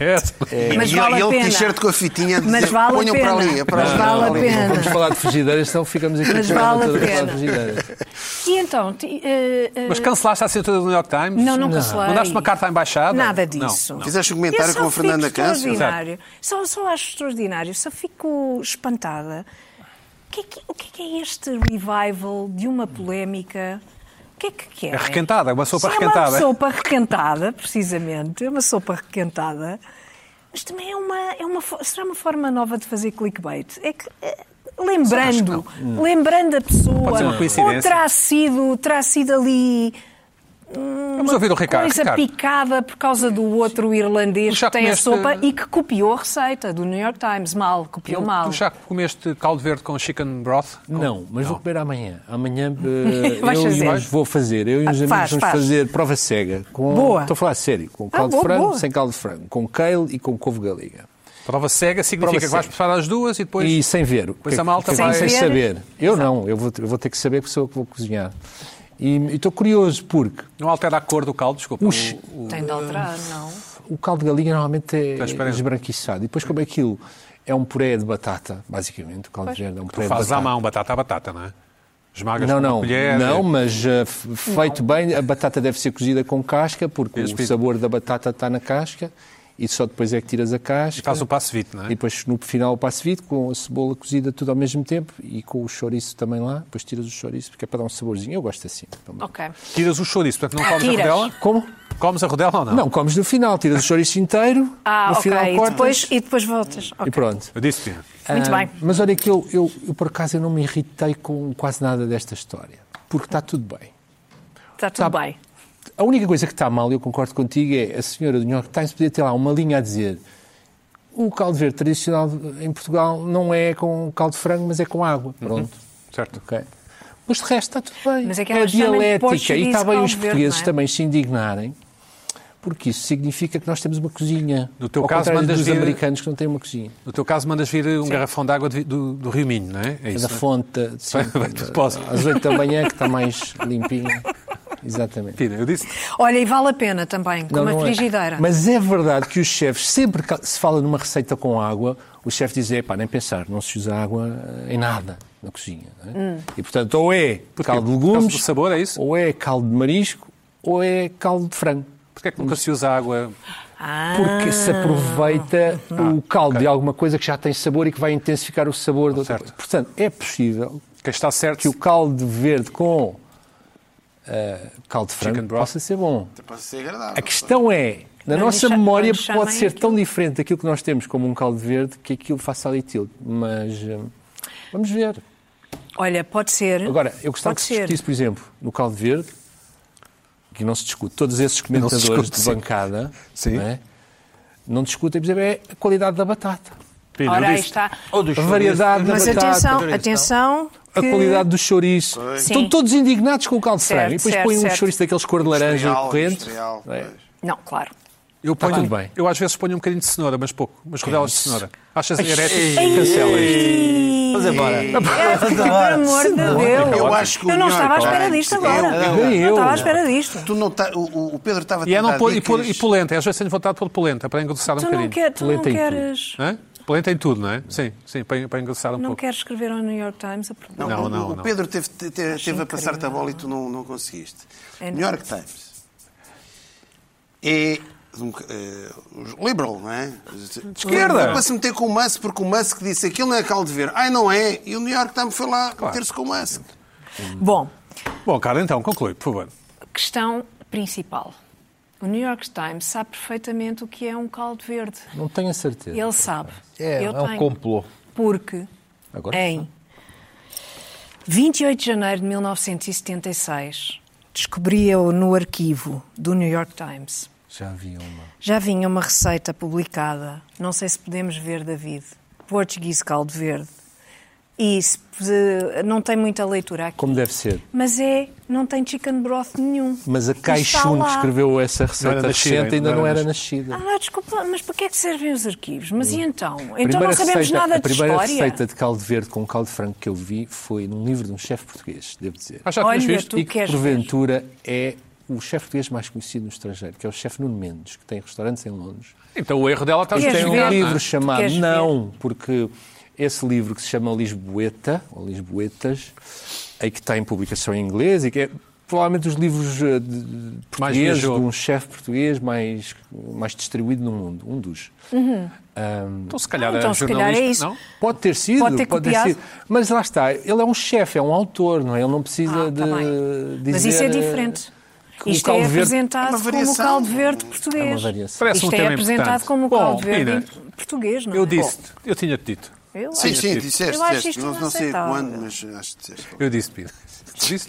Speaker 1: é essa.
Speaker 3: Mas
Speaker 4: e
Speaker 3: vale
Speaker 4: e
Speaker 3: a
Speaker 4: ele
Speaker 3: pena.
Speaker 4: t-shirt com a fitinha de
Speaker 3: Mas
Speaker 4: dizer,
Speaker 3: vale a
Speaker 4: ponham para
Speaker 3: pena.
Speaker 4: ali, é para
Speaker 3: Mas
Speaker 4: ali.
Speaker 3: vale a
Speaker 4: ali.
Speaker 3: pena.
Speaker 5: Vamos falar de frigideiras, então ficamos aqui
Speaker 3: Mas
Speaker 5: com a
Speaker 3: vale a
Speaker 5: toda falar de
Speaker 3: pena.
Speaker 5: frigideiras.
Speaker 3: E então, ti- eh, eh,
Speaker 1: Mas cancelaste a assinatura do New York Times?
Speaker 3: Não, não cancelei.
Speaker 1: Mandaste uma carta à embaixada?
Speaker 3: Nada
Speaker 1: Não.
Speaker 3: disso.
Speaker 4: Fizeste um comentário
Speaker 3: Eu só
Speaker 4: com a Fernanda
Speaker 3: fico
Speaker 4: Câncer?
Speaker 3: extraordinário. Só, só acho extraordinário. Só fico espantada. O que, é que, o que é que é este revival de uma polémica? O que é que querem?
Speaker 1: É requentada, é uma sopa
Speaker 3: Sim, É
Speaker 1: requentada.
Speaker 3: uma sopa requentada, precisamente. É uma sopa requentada. Mas também é uma, é uma, fo- será uma forma nova de fazer clickbait. É que, eh, lembrando, lembrando a
Speaker 1: Pode ser uma
Speaker 3: pessoa, ou
Speaker 1: coincidência.
Speaker 3: terá sido, terá sido ali hum,
Speaker 1: Vamos ouvir o Ricardo.
Speaker 3: coisa
Speaker 1: Ricardo,
Speaker 3: picada por causa do outro irlandês
Speaker 1: Tu já
Speaker 3: que tem a
Speaker 1: comeste-
Speaker 3: sopa e que copiou a receita do New York Times. Mal, copiou mal.
Speaker 1: tu já comeste caldo verde com chicken broth? Com-
Speaker 5: Não, mas vou comer amanhã. Amanhã eh,
Speaker 3: Vais
Speaker 5: eu
Speaker 3: fazer?
Speaker 5: e uns vou fazer. Eu e uns
Speaker 3: Ah,
Speaker 5: amigos
Speaker 3: faz,
Speaker 5: vamos
Speaker 3: faz.
Speaker 5: fazer prova cega. Com,
Speaker 3: Boa.
Speaker 5: Estou a falar a sério. Com
Speaker 3: Ah,
Speaker 5: caldo de
Speaker 3: boa,
Speaker 5: frango,
Speaker 3: boa.
Speaker 5: sem caldo de frango. Com kale e com couve galega.
Speaker 1: Prova cega significa
Speaker 5: Prova
Speaker 1: que vais
Speaker 5: cega.
Speaker 1: passar às duas e depois...
Speaker 5: e sem ver. o
Speaker 1: Pois
Speaker 5: que-
Speaker 1: a malta
Speaker 5: que-
Speaker 1: vai-
Speaker 5: Sem
Speaker 3: Sem ver.
Speaker 5: saber. Eu não. Eu vou, eu vou ter que saber que sou eu que vou cozinhar. E e estou curioso porque
Speaker 1: Não altera a cor do caldo, desculpa.
Speaker 5: Ux.
Speaker 1: O- o-
Speaker 3: Tem de alterar, não?
Speaker 5: o caldo de galinha normalmente é
Speaker 1: Transparente.
Speaker 5: esbranquiçado. E depois como aquilo é um puré de batata, basicamente. O caldo verde é um puré de
Speaker 1: Fazes
Speaker 5: batata.
Speaker 1: à mão, batata a batata, não é? Esmagas
Speaker 5: Não,
Speaker 1: com
Speaker 5: não,
Speaker 1: uma colher. é?
Speaker 5: não, mas eh, f- feito bem, a batata deve ser cozida com casca, porque
Speaker 1: Fez
Speaker 5: o
Speaker 1: bem.
Speaker 5: sabor da batata está na casca e só depois é que tiras a
Speaker 1: E
Speaker 5: casca.
Speaker 1: fazes o passo vite, não
Speaker 5: E
Speaker 1: é?
Speaker 5: depois no final o passo vite com a cebola cozida tudo ao mesmo tempo e com o chouriço também lá, depois tiras o chouriço, porque é para dar um saborzinho. Eu gosto assim. pelo menos.
Speaker 3: Ok.
Speaker 1: Tiras o chouriço, portanto não comes a
Speaker 3: Ah, Tiras.
Speaker 1: rodela?
Speaker 5: Como?
Speaker 1: Comes a rodela ou não?
Speaker 5: Não, comes no final, tiras o chouriço inteiro,
Speaker 3: Ah,
Speaker 5: no
Speaker 3: ok.
Speaker 5: final
Speaker 3: E
Speaker 5: cortas
Speaker 3: depois, e depois voltas.
Speaker 5: e
Speaker 3: Ok.
Speaker 5: pronto.
Speaker 1: Eu disse, Pina.
Speaker 3: Muito
Speaker 5: Ah,
Speaker 3: bem.
Speaker 5: Mas olha que eu, eu, eu, por acaso eu não me irritei com quase nada desta história, porque está tudo bem.
Speaker 3: Está tudo
Speaker 5: tá-
Speaker 3: bem.
Speaker 5: A única coisa que está mal, eu concordo contigo, é a senhora do New York Times podia ter lá uma linha a dizer o caldo verde tradicional em Portugal não é com caldo de frango, mas é com água. Pronto.
Speaker 1: Certo.
Speaker 5: Ok. Mas de resto está tudo bem.
Speaker 3: Mas é que
Speaker 5: é
Speaker 3: elas chamam-lhe
Speaker 5: dialética.
Speaker 3: português
Speaker 5: E está bem
Speaker 3: caldo
Speaker 5: os
Speaker 3: verde,
Speaker 5: portugueses
Speaker 3: não é?
Speaker 5: também se indignarem, porque isso significa que nós temos uma cozinha.
Speaker 1: No teu
Speaker 5: ao
Speaker 1: caso,
Speaker 5: contrário
Speaker 1: mandas
Speaker 5: dos
Speaker 1: vir-
Speaker 5: americanos que não têm uma cozinha.
Speaker 1: No teu caso, mandas vir um garrafão de água de- do, do Rio Minho, não é? É
Speaker 5: É
Speaker 1: isso.
Speaker 5: da
Speaker 1: não é?
Speaker 5: fonte, da- sim,
Speaker 1: Vai de propósito.
Speaker 5: às 8 da manhã, que está mais limpinha. Exatamente.
Speaker 1: Pina, eu disse.
Speaker 3: Olha, e vale a pena também, com
Speaker 5: Não,
Speaker 3: uma
Speaker 5: não é.
Speaker 3: frigideira.
Speaker 5: Mas é verdade que os chefes, sempre que se fala numa receita com água, o chefe diz, pá, nem pensar, não se usa água eh, em nada na cozinha. não
Speaker 3: Hum.
Speaker 5: é? E, portanto, ou é caldo de
Speaker 1: Por causa
Speaker 5: legumes,
Speaker 1: do sabor, é isso?
Speaker 5: ou é caldo de marisco, ou é caldo de frango.
Speaker 1: Porquê é que nunca se usa água?
Speaker 3: Ah,
Speaker 5: Porque se aproveita
Speaker 1: Uhum.
Speaker 5: o
Speaker 1: Ah,
Speaker 5: caldo de alguma coisa que já tem sabor e que vai intensificar o sabor da outra
Speaker 1: Certo.
Speaker 5: coisa. Portanto, é possível
Speaker 1: Quem está certo.
Speaker 5: que o caldo verde com ah, caldo de
Speaker 1: Chicken
Speaker 5: frango
Speaker 1: broth.
Speaker 5: possa ser bom.
Speaker 4: Para ser agradável.
Speaker 5: A questão é, na
Speaker 3: Não lhe cha-
Speaker 5: nossa memória
Speaker 3: não lhe
Speaker 5: pode
Speaker 3: chamem
Speaker 5: ser tão diferente daquilo que nós temos como um caldo verde que aquilo faça ali tilt. Mas hum, vamos ver.
Speaker 3: olha, pode ser.
Speaker 5: Agora, eu gostava
Speaker 3: Pode
Speaker 5: que se
Speaker 3: ser.
Speaker 5: discutisse, por exemplo, no caldo verde, que não se discute, todos esses comentadores
Speaker 1: discute,
Speaker 5: de
Speaker 1: sim.
Speaker 5: bancada
Speaker 1: Sim.
Speaker 5: Não, é? Não discutem, por exemplo, é a qualidade da batata.
Speaker 1: Pina,
Speaker 3: Ora,
Speaker 1: eu
Speaker 3: aí
Speaker 1: disse.
Speaker 3: está.
Speaker 2: Ou dos
Speaker 5: A variedade da
Speaker 3: Mas
Speaker 5: batata,
Speaker 3: atenção, atenção.
Speaker 5: a
Speaker 3: que-
Speaker 5: qualidade do chouriço. Estão todos indignados com o caldo de
Speaker 3: Certo,
Speaker 5: frango. E depois
Speaker 3: certo,
Speaker 5: põem um
Speaker 3: certo.
Speaker 5: chouriço daqueles cor de
Speaker 1: é
Speaker 5: laranja
Speaker 4: Industrial,
Speaker 5: corrente.
Speaker 4: industrial,
Speaker 5: não é?
Speaker 4: pois.
Speaker 3: Não, claro.
Speaker 1: Eu, ponho,
Speaker 5: tudo bem.
Speaker 1: eu às vezes ponho um bocadinho de cenoura, mas pouco. Mas rodelas de
Speaker 5: isso?
Speaker 1: cenoura. Achas herético?
Speaker 5: Cancela isto.
Speaker 2: Vamos embora.
Speaker 3: Por É, amor de Deus.
Speaker 4: Eu acho que é o
Speaker 3: Eu não
Speaker 4: New
Speaker 3: estava à
Speaker 4: York
Speaker 3: espera
Speaker 4: Times-
Speaker 3: disto agora.
Speaker 4: Eu-
Speaker 5: eu-
Speaker 3: Não estava à
Speaker 5: eu-
Speaker 3: espera disto.
Speaker 4: Tu não tá, o, o Pedro estava a
Speaker 1: E, é não
Speaker 4: tentar
Speaker 1: pôr- e, pôr- e
Speaker 4: dicas.
Speaker 1: polenta. Às vezes tenho vontade de pôr polenta para engrossar um
Speaker 3: Tu
Speaker 1: bocadinho.
Speaker 3: não, quer, tu não
Speaker 5: Polenta em tudo.
Speaker 3: queres.
Speaker 1: Hã? Polenta em tudo, não é? Sim, sim, para, para engrossar um
Speaker 3: Não
Speaker 1: pouco.
Speaker 3: queres escrever ao New York Times a propósito.
Speaker 4: Não,
Speaker 1: Não,
Speaker 4: o-
Speaker 1: não,
Speaker 4: o
Speaker 1: não.
Speaker 4: Pedro teve, te- te- teve a passar-te a
Speaker 3: incrível.
Speaker 4: bola e tu não, não conseguiste.
Speaker 3: É
Speaker 4: New York Times. É. de um ca- eh, os liberal, não é? De
Speaker 1: esquerda.
Speaker 4: Para se meter com o Musk, porque o Musk disse aquilo não é caldo de ver. Ai, não é. E o New York Times foi lá meter-se com o Musk.
Speaker 3: Bom,
Speaker 1: Bom, cara, então, conclui, por favor.
Speaker 3: questão principal. O New York Times sabe perfeitamente o que é um caldo verde.
Speaker 5: Não tenho a certeza.
Speaker 3: Ele sabe.
Speaker 2: É,
Speaker 3: Eu
Speaker 2: é um
Speaker 3: tenho.
Speaker 2: complô.
Speaker 3: Porque
Speaker 5: Agora
Speaker 3: em 28 de janeiro de 1976 descobria-o no arquivo do New York Times
Speaker 5: Já havia uma.
Speaker 3: Já vinha uma receita publicada, não sei se podemos ver, David, português caldo verde. E se pode- não tem muita leitura aqui.
Speaker 5: Como deve ser.
Speaker 3: Mas é, não tem chicken broth nenhum.
Speaker 5: Mas a
Speaker 3: Está
Speaker 5: Caixun
Speaker 3: lá.
Speaker 5: que escreveu essa
Speaker 1: Não
Speaker 5: receita
Speaker 1: era nascida
Speaker 5: recente ainda não era
Speaker 1: nas-
Speaker 5: nascida.
Speaker 3: Ah, desculpa, mas para que é que servem os arquivos? Mas e então?
Speaker 5: A
Speaker 3: Então não
Speaker 5: Hum. primeira
Speaker 3: sabemos
Speaker 5: receita-
Speaker 3: nada
Speaker 5: A
Speaker 3: de
Speaker 5: primeira
Speaker 3: história.
Speaker 5: receita de caldo verde com caldo franco que eu vi foi num livro de um chefe português, devo dizer.
Speaker 1: Ah, já tinhas
Speaker 3: Olha,
Speaker 1: visto?
Speaker 3: tu
Speaker 5: e que,
Speaker 3: queres
Speaker 5: porventura, é o chefe português mais conhecido no estrangeiro, que é o chefe Nuno Mendes, que tem restaurantes em Londres.
Speaker 1: Então o erro dela está
Speaker 5: E
Speaker 3: Queres
Speaker 5: tem um
Speaker 3: ver?
Speaker 5: livro
Speaker 3: Ah,
Speaker 5: chamado
Speaker 3: queres ver?
Speaker 5: Não, porque esse livro que se chama Lisboeta, ou Lisboetas, aí que está em publicação em inglês e que é provavelmente dos livros eh, de- de- portugueses de
Speaker 1: viajou.
Speaker 5: um chefe português mais, mais distribuído no mundo, um dos. Ahm,
Speaker 1: Então se calhar
Speaker 3: Ah, então,
Speaker 1: era
Speaker 3: se calhar é
Speaker 1: jornalista,
Speaker 3: isso.
Speaker 1: não?
Speaker 5: Pode ter sido,
Speaker 3: Pode
Speaker 5: pode
Speaker 3: ter
Speaker 5: ter,
Speaker 3: copiado.
Speaker 5: sido. Mas lá está, ele é um chefe, é um autor, não é? Ele não precisa
Speaker 3: Ah,
Speaker 5: de
Speaker 3: tá bem.
Speaker 5: dizer...
Speaker 3: Mas isso é
Speaker 5: eh,
Speaker 3: diferente.
Speaker 5: que o
Speaker 3: Isto
Speaker 5: caldo
Speaker 3: é
Speaker 5: verde-
Speaker 4: É
Speaker 3: apresentado
Speaker 4: uma
Speaker 3: como o
Speaker 4: variação.
Speaker 3: caldo verde português.
Speaker 5: É uma variação.
Speaker 1: Parece
Speaker 3: Isto
Speaker 1: um
Speaker 3: é
Speaker 1: tema
Speaker 3: apresentado
Speaker 1: importante.
Speaker 3: como o
Speaker 1: Bom,
Speaker 3: caldo verde
Speaker 1: Pina,
Speaker 3: em português, não é?
Speaker 1: Eu disse, eu tinha-te dito.
Speaker 3: Bom, eu
Speaker 4: Sim,
Speaker 3: acho.
Speaker 4: sim,
Speaker 1: Eu
Speaker 4: disseste.
Speaker 3: acho
Speaker 4: disseste.
Speaker 3: isto
Speaker 4: Não, não sei
Speaker 3: inaceitável.
Speaker 4: quando, mas acho que disseste.
Speaker 1: Eu disse, Pina. Disse?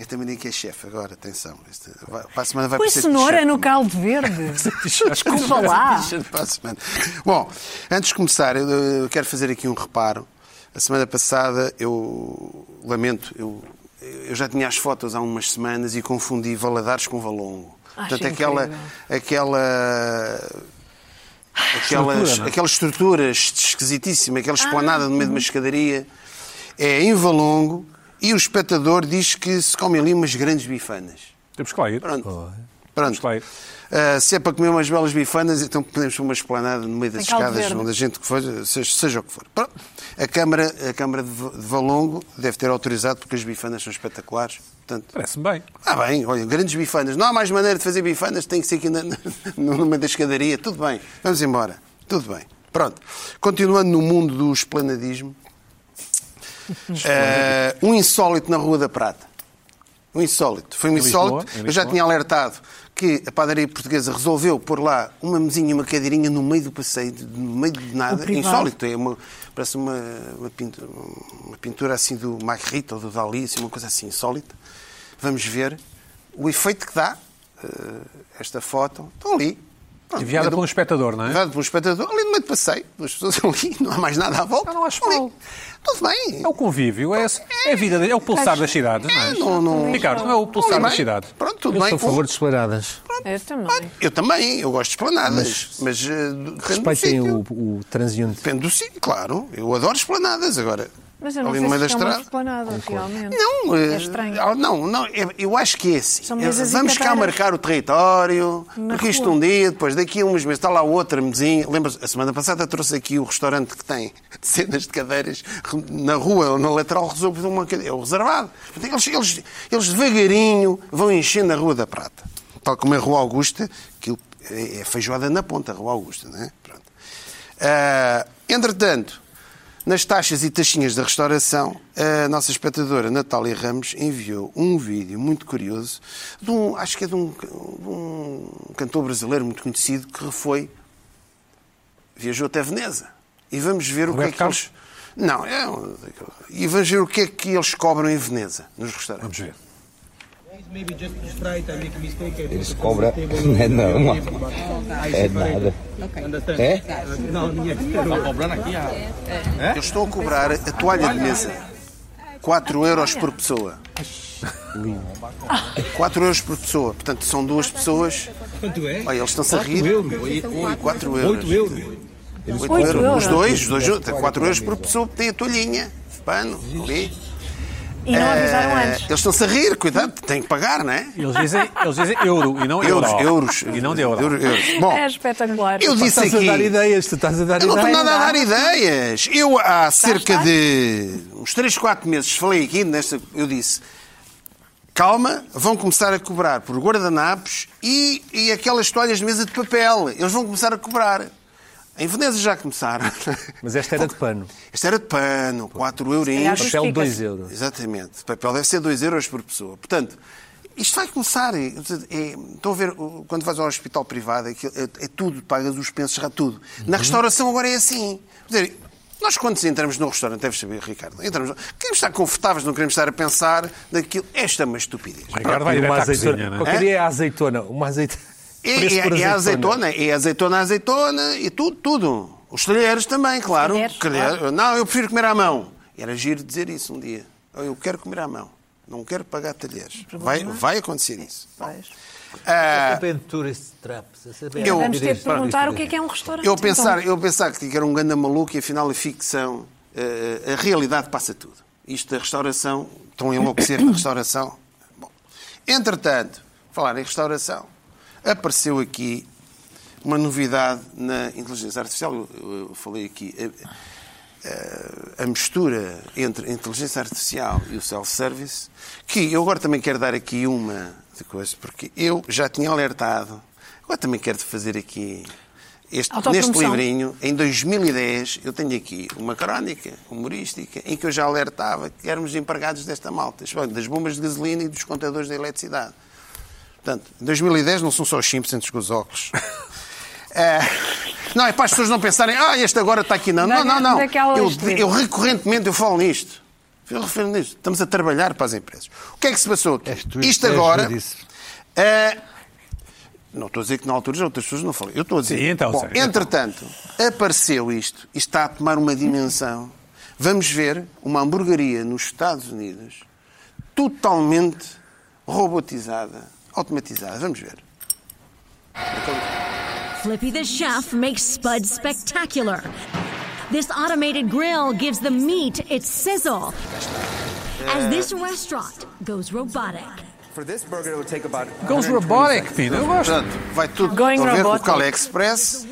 Speaker 4: Eu também nem que é chefe agora, atenção. Este, vai, para a semana vai
Speaker 3: Põe
Speaker 4: precisar de
Speaker 3: cenoura
Speaker 4: chefe.
Speaker 3: no caldo verde. Desculpa lá.
Speaker 4: Para a semana. Bom, antes de começar, eu, eu quero fazer aqui um reparo. A semana passada, eu lamento, eu, eu já tinha as fotos há umas semanas e confundi Valadares com Valongo.
Speaker 3: Acho
Speaker 4: Portanto, aquela,
Speaker 3: incrível.
Speaker 4: aquela aquelas,
Speaker 1: Estrutura, não é? Ah.
Speaker 4: aquela estrutura esquisitíssima, aquela esplanada no meio de uma escadaria, é em Valongo e o espectador diz que se come ali umas grandes bifanas.
Speaker 1: Temos que lá ir.
Speaker 4: Pronto. Pronto.
Speaker 1: Claro.
Speaker 4: Ah, se é para comer umas belas bifanas, então podemos pôr uma esplanada no meio das
Speaker 3: Tem caldo
Speaker 4: escadas,
Speaker 3: verde.
Speaker 4: onde a gente que for, seja, seja o que for. Pronto. A Câmara, a Câmara de Va- de Valongo deve ter autorizado, porque as bifanas são espetaculares. Portanto,
Speaker 1: Parece-me bem.
Speaker 4: ah, bem, olha, grandes bifanas. Não há mais maneira de fazer bifanas, tem que ser aqui na, na- no meio da escadaria. Tudo bem, vamos embora. Tudo bem. Pronto. Continuando no mundo do esplanadismo, eh, um insólito na Rua da Prata. Um insólito. Foi um
Speaker 1: Lisboa,
Speaker 4: insólito.
Speaker 1: em
Speaker 4: Eu já
Speaker 1: Lisboa.
Speaker 4: tinha alertado que a padaria portuguesa resolveu pôr lá uma mesinha e uma cadeirinha no meio do passeio, de- no meio de nada.
Speaker 3: privado.
Speaker 4: Insólito. É uma, parece uma, uma, pintura, uma pintura assim do Magritte ou do Dalí, assim, uma coisa assim insólita. Vamos ver o efeito que dá eh, esta foto. Estão ali. Pronto,
Speaker 1: Enviada
Speaker 4: no meio
Speaker 1: por um espectador, não
Speaker 4: do-
Speaker 1: é?
Speaker 4: enviada por um espectador. Ali no meio do passeio. As pessoas ali, não há mais nada à volta.
Speaker 1: Eu não acho
Speaker 4: Ali.
Speaker 1: mal.
Speaker 4: Tudo bem. Ah,
Speaker 1: É o convívio, é, é a vida, é o pulsar das cidades, não é?
Speaker 4: não- não-
Speaker 1: Ricardo, não é o
Speaker 4: Tudo
Speaker 1: pulsar
Speaker 4: bem.
Speaker 1: das cidades.
Speaker 4: Pronto, tudo
Speaker 5: Eu
Speaker 4: bem.
Speaker 5: sou a favor de esplanadas.
Speaker 3: É, Eu
Speaker 4: Ah,
Speaker 3: também.
Speaker 4: Eu também, eu gosto de esplanadas. Mas, eh, depende do
Speaker 5: Respeitem
Speaker 4: sítio.
Speaker 5: o, o transeunte.
Speaker 4: Depende do sítio, claro. Eu adoro esplanadas agora.
Speaker 3: Mas eu não
Speaker 4: Ali
Speaker 3: sei
Speaker 4: no meio
Speaker 3: se
Speaker 4: da
Speaker 3: isto é uma
Speaker 4: estrada.
Speaker 3: esplanada, realmente.
Speaker 4: Não, eh,
Speaker 3: É estranho.
Speaker 4: ah, não, não, é- eu acho que é assim.
Speaker 3: São
Speaker 4: É,
Speaker 3: mesas e
Speaker 4: Vamos cá
Speaker 3: cadeiras.
Speaker 4: marcar o território,
Speaker 3: Na
Speaker 4: porque isto
Speaker 3: rua.
Speaker 4: um dia, depois daqui a uns meses, está lá outra mesinha. Lembra-se, a semana passada trouxe aqui o restaurante que tem cenas de cadeiras na rua ou na lateral, resolve uma cadeira, é o reservado. Portanto, Eles, eles, eles devagarinho vão enchendo a Rua da Prata. Tal como é a Rua Augusta, que é é feijoada na ponta, a Rua Augusta, não é? Pronto. Ah, entretanto, nas taxas e taxinhas da restauração, a nossa espectadora Natália Ramos enviou um vídeo muito curioso de um, acho que é de um, de um cantor brasileiro muito conhecido que foi viajou até Veneza. E vamos ver o que é
Speaker 1: Roberto
Speaker 4: que eles não, é um- e vamos ver o que é que eles cobram em Veneza nos restaurantes.
Speaker 1: Vamos ver.
Speaker 7: Eles cobram. Não é não, É nada. É?
Speaker 4: Eles estão a cobrar a toalha de mesa. 4 euros por pessoa. 4 euros por pessoa. Portanto, são duas pessoas.
Speaker 7: Quanto é?
Speaker 4: Olha, eles estão-se a rir. Quatro euros.
Speaker 7: 8 euros.
Speaker 4: Oito
Speaker 3: Oito
Speaker 4: euros.
Speaker 3: euros.
Speaker 4: Os dois, os dois juntos. 4 euros por pessoa que tem a toalhinha. Pano, ali.
Speaker 3: E não avisaram
Speaker 4: Eh,
Speaker 3: um antes.
Speaker 4: Eles estão-se a rir, cuidado, têm que pagar, não é?
Speaker 1: Eles dizem, eles dizem euro e não euro.
Speaker 4: Euros, euros.
Speaker 1: E não de euro.
Speaker 4: Euro- euros. Bom,
Speaker 3: é espetacular.
Speaker 4: eu disse
Speaker 5: Estás a dar
Speaker 4: aqui.
Speaker 5: ideias, tu estás a dar
Speaker 4: Eu não estou
Speaker 5: ideias.
Speaker 4: nada a dar ideias. Eu, há cerca
Speaker 3: está.
Speaker 4: de uns 3, 4 meses, falei aqui nesta. Eu disse. Calma, vão começar a cobrar por guardanapos e, e aquelas toalhas de mesa de papel. Eles vão começar a cobrar. Em Veneza já começaram.
Speaker 5: Mas esta era de pano.
Speaker 4: Isto era de pano, 4
Speaker 3: calhar
Speaker 4: euros.
Speaker 3: justo-
Speaker 5: Papel
Speaker 3: Justifica-se.
Speaker 5: 2 euros.
Speaker 4: Exatamente. Papel deve ser 2 euros por pessoa. Portanto, isto vai começar. É, é- estão a ver, o- quando vais ao hospital privado, é, que- é- é tudo, pagas os pensos, já tudo. Na restauração agora é assim. Quer dizer, nós quando entramos num restaurante, deves saber, Ricardo, entramos, queremos estar confortáveis, não queremos estar a pensar naquilo. Esta é uma estupidez.
Speaker 1: Ricardo vai direto à cozinha, não é?
Speaker 5: Qualquer dia é a azeitona. Uma azeitona.
Speaker 4: E, e,
Speaker 1: por
Speaker 4: e a azeitona, e a azeitona, a azeitona, e tudo, tudo. Os talheres também, claro.
Speaker 3: Talheres,
Speaker 4: Calhar-
Speaker 3: claro.
Speaker 4: Não, eu prefiro comer à mão. Era giro dizer isso um dia. Eu quero comer à mão. Não quero pagar talheres. Vai, vai acontecer isso.
Speaker 3: Pois.
Speaker 4: Ah,
Speaker 2: Depende de tourist traps. essa é a
Speaker 4: Eu-
Speaker 3: Vamos ter de
Speaker 2: estupidez.
Speaker 3: perguntar o que é que é um restaurante.
Speaker 4: eu, pensar, eu pensar que era um ganda maluco e afinal a ficção, eh, a realidade passa tudo. Isto da restauração, estão a enlouquecer com a restauração. Bom, entretanto, falar em restauração, apareceu aqui uma novidade na inteligência artificial. Eu, eu falei aqui. eh, a mistura entre a inteligência artificial e o self-service, que eu agora também quero dar aqui uma de coisa, porque eu já tinha alertado, agora também quero fazer aqui. Este,
Speaker 3: Autopromoção.
Speaker 4: neste livrinho, em 2010, eu tenho aqui uma crónica humorística em que eu já alertava que éramos empregados desta malta, isto é, das bombas de gasolina e dos contadores da eletricidade. Portanto, em 2010 não são só os Simpsons com os óculos. É, não, é para as pessoas não pensarem, ah, este agora está aqui. Não, não, não. não.
Speaker 3: Daquela
Speaker 4: Eu,
Speaker 3: estrela.
Speaker 4: eu recorrentemente eu falo nisto. Eu refiro nisto. Estamos a trabalhar para as empresas. O que é que se passou? aqui?
Speaker 2: És tu,
Speaker 4: Isto
Speaker 2: és
Speaker 4: agora.
Speaker 2: judice.
Speaker 4: é, não estou a dizer que na altura as outras pessoas não falam. Eu estou a dizer.
Speaker 1: Sim, então,
Speaker 4: Bom,
Speaker 1: Zé, então.
Speaker 4: entretanto, apareceu isto. Isto está a tomar uma dimensão. Vamos ver uma hamburgueria nos Estados Unidos totalmente robotizada, automatizada. Vamos ver.
Speaker 8: Flippy the chef makes Spud spectacular. This automated grill gives the meat its sizzle. As this restaurant goes robotic.
Speaker 9: For this burger, it would take about.
Speaker 1: Goes
Speaker 9: 120
Speaker 1: robotic,
Speaker 9: seconds.
Speaker 1: Pino. Eu gosto.
Speaker 4: Portanto, vai tudo.
Speaker 3: Going
Speaker 4: Estão a ver o
Speaker 3: robotic.
Speaker 4: CalExpress.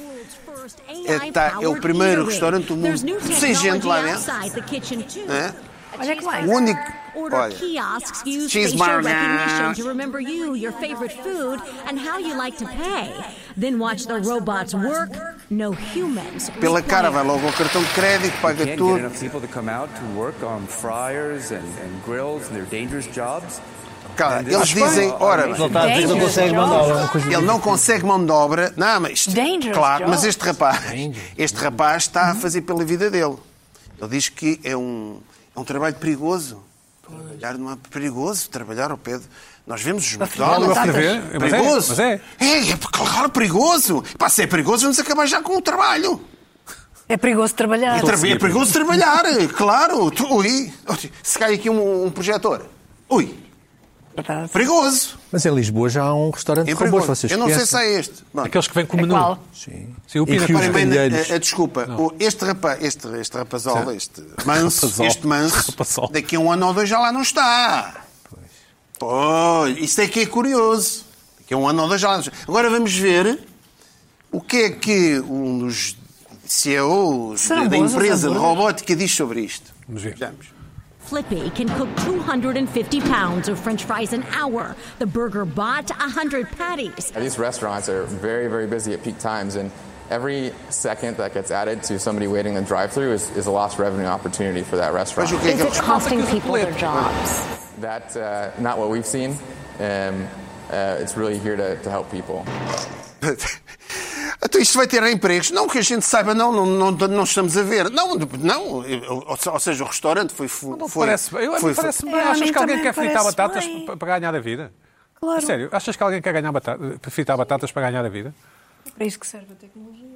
Speaker 8: É,
Speaker 4: tá-
Speaker 8: é o primeiro restaurante do mundo sem gente lá
Speaker 4: dentro.
Speaker 8: dentro.
Speaker 4: É.
Speaker 3: Olha que bem.
Speaker 4: O único. Olha.
Speaker 8: Order kiosks use facial
Speaker 4: Cheeseburger.
Speaker 8: recognition to remember you, your favorite food, and how you like to pay. Then watch the robots work, no humans.
Speaker 4: Pela cara vai
Speaker 8: required.
Speaker 4: logo ao cartão de crédito, paga
Speaker 9: Can't get
Speaker 4: tudo.
Speaker 9: enough people to come out to work on fryers and, and grills and their dangerous jobs.
Speaker 4: Cara, eles dizem, ora,
Speaker 2: Não está a
Speaker 3: é
Speaker 2: dizer que não consegue mandar
Speaker 6: É
Speaker 2: uma coisa.
Speaker 4: ele não consegue mão de obra. Não, mas isto-
Speaker 3: Dangerous
Speaker 4: claro,
Speaker 3: jobs.
Speaker 4: mas este rapaz, este rapaz está a fazer pela vida dele. Ele diz que é um, é um trabalho perigoso. Trabalhar não é perigoso, trabalhar ao pé de... Nós vemos os
Speaker 1: Logo a
Speaker 4: McDonald's.
Speaker 1: ferver. Mas é,
Speaker 4: Perigoso.
Speaker 1: mas é.
Speaker 4: É, é claro, perigoso. Pá, se é perigoso, vamos acabar já com o trabalho.
Speaker 3: É perigoso trabalhar.
Speaker 4: É, tra- é perigoso trabalhar, claro. Tu- Ui, se cai aqui um, um projetor. Ui,
Speaker 3: Verdade.
Speaker 4: perigoso.
Speaker 5: Mas em Lisboa já há um restaurante
Speaker 4: É
Speaker 5: de robôs,
Speaker 4: perigoso.
Speaker 5: vocês
Speaker 4: Eu não sei se
Speaker 5: conhecem?
Speaker 4: é este. Bom,
Speaker 1: Aqueles que vêm com o
Speaker 3: É
Speaker 1: menu.
Speaker 3: qual?
Speaker 5: Sim.
Speaker 1: Sim, o
Speaker 5: E
Speaker 1: Pina
Speaker 5: que os
Speaker 4: reparem bem, na-
Speaker 5: vendeiros.
Speaker 4: a, a desculpa, o- este, rapaz, este, este rapazola, este manso,
Speaker 1: Rapazol.
Speaker 4: este manso,
Speaker 1: Rapazol.
Speaker 4: daqui a um ano ou dois já lá não está. Pois, isso é que é curioso. Daqui a um ano ou dois já lá não está. Agora vamos ver o que é que um dos CEOs
Speaker 3: Serão
Speaker 4: da, da
Speaker 3: bons os
Speaker 4: empresa de
Speaker 3: hambúrgueres?
Speaker 4: robótica diz sobre isto.
Speaker 1: Vamos ver.
Speaker 4: Vejamos.
Speaker 8: Flippy can cook 250 pounds of french fries an hour. The burger bot, 100 patties.
Speaker 10: These restaurants are very, very busy at peak times, and every second that gets added to somebody waiting in the drive-through is, is a lost revenue opportunity for that restaurant.
Speaker 4: Veja o que é que ele
Speaker 11: costing people their jobs?
Speaker 10: That's uh, not what we've seen. Um, uh, it's really here to, to help people.
Speaker 4: Então isto vai ter empregos? Não, que a gente saiba, não, não, não, não estamos a ver. Não, não. Ou, ou seja, o restaurante foi. fu-
Speaker 1: Não
Speaker 4: foi
Speaker 1: parece bem. Eu-
Speaker 4: foi-
Speaker 1: Parece-me
Speaker 3: É,
Speaker 1: bem.
Speaker 3: a
Speaker 1: Achas
Speaker 3: mim
Speaker 1: que alguém
Speaker 3: também
Speaker 1: quer fritar
Speaker 3: parece
Speaker 1: batatas
Speaker 3: bem.
Speaker 1: pa- para ganhar a vida?
Speaker 3: Claro.
Speaker 1: Sério, achas que alguém quer ganhar batata, fritar batatas para ganhar a vida?
Speaker 3: Para isso que serve a tecnologia.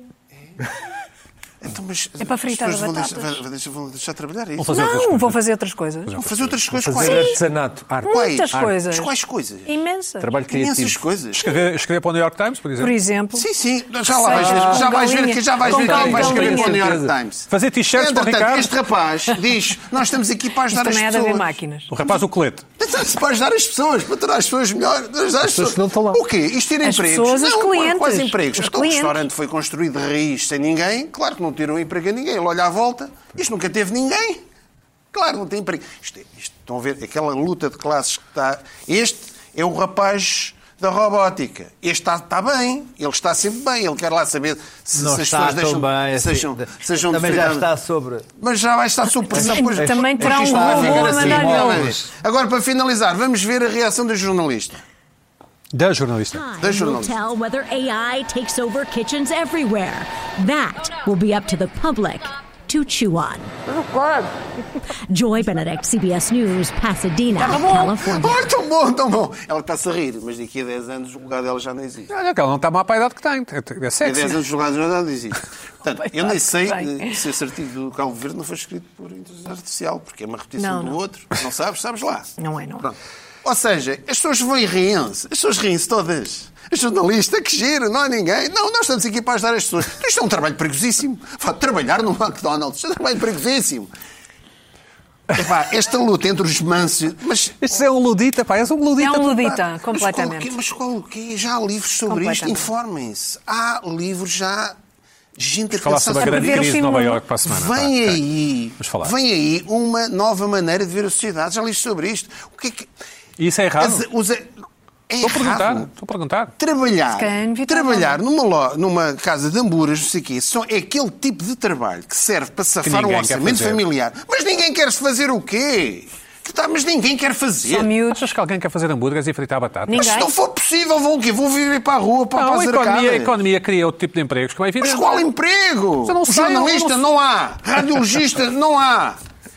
Speaker 4: Então, mas
Speaker 3: É para fritar
Speaker 4: as pessoas vão
Speaker 3: batatas.
Speaker 4: deixar, vão deixar, vão deixar trabalhar é isso.
Speaker 1: fazer outras
Speaker 3: Não,
Speaker 1: coisas.
Speaker 3: vou fazer outras coisas.
Speaker 4: Vão fazer outras coisas.
Speaker 5: Fazer
Speaker 4: Quais?
Speaker 5: artesanato, arte.
Speaker 3: Quais? Muitas
Speaker 5: arte.
Speaker 3: coisas.
Speaker 4: Mas Quais coisas?
Speaker 3: É Imensas.
Speaker 5: Trabalho
Speaker 4: Imensas
Speaker 5: criativo.
Speaker 4: coisas.
Speaker 1: Escrever, escrever para o New York Times, por exemplo.
Speaker 3: Por exemplo.
Speaker 4: Sim, sim, já lá vais ver, já
Speaker 3: Com
Speaker 4: vais ver
Speaker 3: galinha.
Speaker 4: que já vais
Speaker 3: Com
Speaker 4: ver que
Speaker 3: galinha.
Speaker 4: vais escrever para o New York
Speaker 5: Certeza.
Speaker 4: Times.
Speaker 1: Fazer t-shirts para o
Speaker 4: Entretanto,
Speaker 1: Ricardo.
Speaker 4: este rapaz diz: Nós estamos aqui para
Speaker 3: Isso
Speaker 4: ajudar as
Speaker 3: também há de haver
Speaker 4: pessoas.
Speaker 3: máquinas.
Speaker 1: O rapaz, o colete.
Speaker 4: Portanto, Para ajudar as pessoas, para tornar as pessoas melhor. para ajudar As
Speaker 5: pessoas que não estão lá.
Speaker 4: O quê? Isto ter
Speaker 3: As
Speaker 4: empregos?
Speaker 3: pessoas, os
Speaker 4: não,
Speaker 3: clientes.
Speaker 4: Quais empregos?
Speaker 3: Os
Speaker 4: Então,
Speaker 3: clientes.
Speaker 4: O restaurante foi construído de raiz sem ninguém. Claro que não tirou emprego a ninguém. Ele olha à volta. Isto nunca teve ninguém. Claro, não tem emprego. Isto, é- isto- estão a ver? Aquela luta de classes que está... Este é o rapaz da robótica. Este está, está bem. Ele está sempre bem. Ele quer lá saber se,
Speaker 2: Não
Speaker 4: se as
Speaker 2: está
Speaker 4: pessoas
Speaker 2: tão
Speaker 4: deixam...
Speaker 2: bem, assim,
Speaker 4: sejam,
Speaker 2: da-
Speaker 4: sejam
Speaker 2: também já
Speaker 4: defeitadas.
Speaker 2: está sobre-
Speaker 4: Mas já vai estar sob pressão. pois-
Speaker 3: Também terá
Speaker 4: porque
Speaker 3: um
Speaker 4: isto vai
Speaker 3: robô
Speaker 4: ficar
Speaker 3: a
Speaker 4: assim.
Speaker 3: mandar
Speaker 4: Ora
Speaker 3: neles.
Speaker 4: bem. Agora, para finalizar, vamos ver a reação do jornalista.
Speaker 1: Da jornalista.
Speaker 8: Time
Speaker 4: Deixa eu
Speaker 8: will
Speaker 4: não-
Speaker 8: tell whether AI takes over kitchens everywhere. That will be up to the public to chew on. Joy Benedict, CBS News, Pasadena,
Speaker 4: Tá bom.
Speaker 8: California.
Speaker 4: Ai, tão bom, tão bom. É Ela está-se a rir, mas daqui a 10 anos o lugar dela já não existe.
Speaker 1: Olha, que ela não está má para a idade que tem. É
Speaker 4: Daqui
Speaker 1: sexy.
Speaker 4: a 10 anos o lugar dela já não existe. Portanto, eu nem sei
Speaker 3: Bem.
Speaker 4: eh, se esse artigo do Calvo Verde não foi escrito por inteligência artificial, porque é uma repetição
Speaker 3: Não,
Speaker 4: do
Speaker 3: não.
Speaker 4: outro. Não sabes? Sabes lá.
Speaker 3: Não é, não é.
Speaker 4: Pronto. Ou seja, as pessoas vão e riem-se. As pessoas riem-se todas. A jornalista, que giro, não há ninguém. Não, nós estamos aqui para ajudar as pessoas. Isto é um trabalho perigosíssimo. Vá trabalhar no McDonald's. Isto é um trabalho perigosíssimo. Epá, esta luta entre os mansos... Mas
Speaker 1: Este é um ludita, pá, és um ludita.
Speaker 3: É um
Speaker 1: total.
Speaker 3: ludita,
Speaker 4: Então, mas qual,
Speaker 3: completamente.
Speaker 4: mas qual o quê? Já há livros sobre isto?
Speaker 3: Completamente.
Speaker 4: Informem-se. Há livros já. Gente,
Speaker 1: Falar sobre a grande
Speaker 3: ver o
Speaker 1: crise de
Speaker 3: filme
Speaker 1: Nova
Speaker 3: novo.
Speaker 1: Iorque para a semana. pá.
Speaker 4: Vem aí,
Speaker 1: Vamos falar.
Speaker 4: vem aí uma nova maneira de ver a sociedade. Já li sobre isto. O que é que.
Speaker 1: E Isso é errado.
Speaker 4: as- os- é
Speaker 1: Estou a perguntar.
Speaker 4: errado.
Speaker 1: Estou a perguntar.
Speaker 4: Trabalhar,
Speaker 3: calhar é inevitável.
Speaker 4: trabalhar numa, lo- numa casa de hamburas, não sei o quê, são, é aquele tipo de trabalho que serve para safar um
Speaker 1: ninguém quer
Speaker 4: orçamento
Speaker 1: fazer.
Speaker 4: familiar. Mas ninguém quer se fazer o quê? Que tá, mas ninguém quer fazer.
Speaker 3: Só miúdos.
Speaker 1: Achas que alguém quer fazer hambúrgueres e fritar batata?
Speaker 3: Ninguém.
Speaker 4: Mas se não for possível, vão o quê? Vão viver para a rua, para,
Speaker 1: Não,
Speaker 4: para
Speaker 1: a
Speaker 4: as
Speaker 1: economia, a
Speaker 4: arcadas?
Speaker 1: economia cria outro tipo de empregos, como é evidente.
Speaker 4: Mas qual emprego?
Speaker 1: eu não sei,
Speaker 4: Jornalista
Speaker 1: eu
Speaker 4: não... há. Radiologista não há.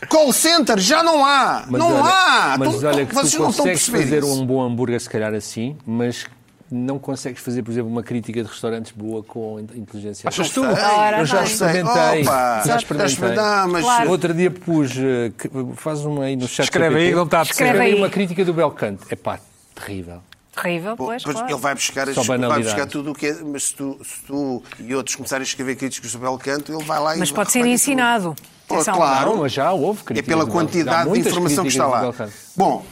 Speaker 4: Call center já não há.
Speaker 5: Mas
Speaker 4: não
Speaker 5: olha-
Speaker 4: há.
Speaker 5: Mas
Speaker 4: Tu-
Speaker 5: olha que
Speaker 4: Vocês
Speaker 5: tu
Speaker 4: não estão a
Speaker 5: consegues
Speaker 4: perceber
Speaker 5: fazer
Speaker 4: isso.
Speaker 5: um bom hambúrguer, se calhar assim, mas não consegues fazer, por exemplo, uma crítica de restaurantes boa com in- inteligência
Speaker 1: Achas tu?
Speaker 3: Ora,
Speaker 5: Eu já
Speaker 3: bem.
Speaker 5: sei. experimentei.
Speaker 4: Opa,
Speaker 5: Já experimentei.
Speaker 4: estás- dá, mas-
Speaker 3: Claro.
Speaker 5: Outro dia pus, eh, que- faz uma aí no chat.
Speaker 1: Escreve aí, não está a perceber.
Speaker 3: Escreve
Speaker 5: Escreve aí
Speaker 3: aí.
Speaker 5: uma crítica do Belcanto. É pá, terrível.
Speaker 3: Terrível,
Speaker 4: Bom,
Speaker 3: pois,
Speaker 4: pois
Speaker 3: claro.
Speaker 4: Ele vai buscar, as,
Speaker 5: Só
Speaker 4: vai
Speaker 5: banalidades.
Speaker 4: buscar tudo o que é. Mas se tu, se tu e outros começarem a escrever críticos sobre o canto, ele vai lá e.
Speaker 3: Mas pode ser
Speaker 4: vai-
Speaker 3: ensinado.
Speaker 4: Pô,
Speaker 3: Atenção.
Speaker 4: claro.
Speaker 5: Não, mas já houve
Speaker 4: É
Speaker 5: críticas
Speaker 4: pela
Speaker 5: do Belcanto. Há
Speaker 4: quantidade de
Speaker 5: muitas
Speaker 4: informação que está
Speaker 5: críticas do
Speaker 4: lá.
Speaker 5: Belcanto.
Speaker 4: Bom,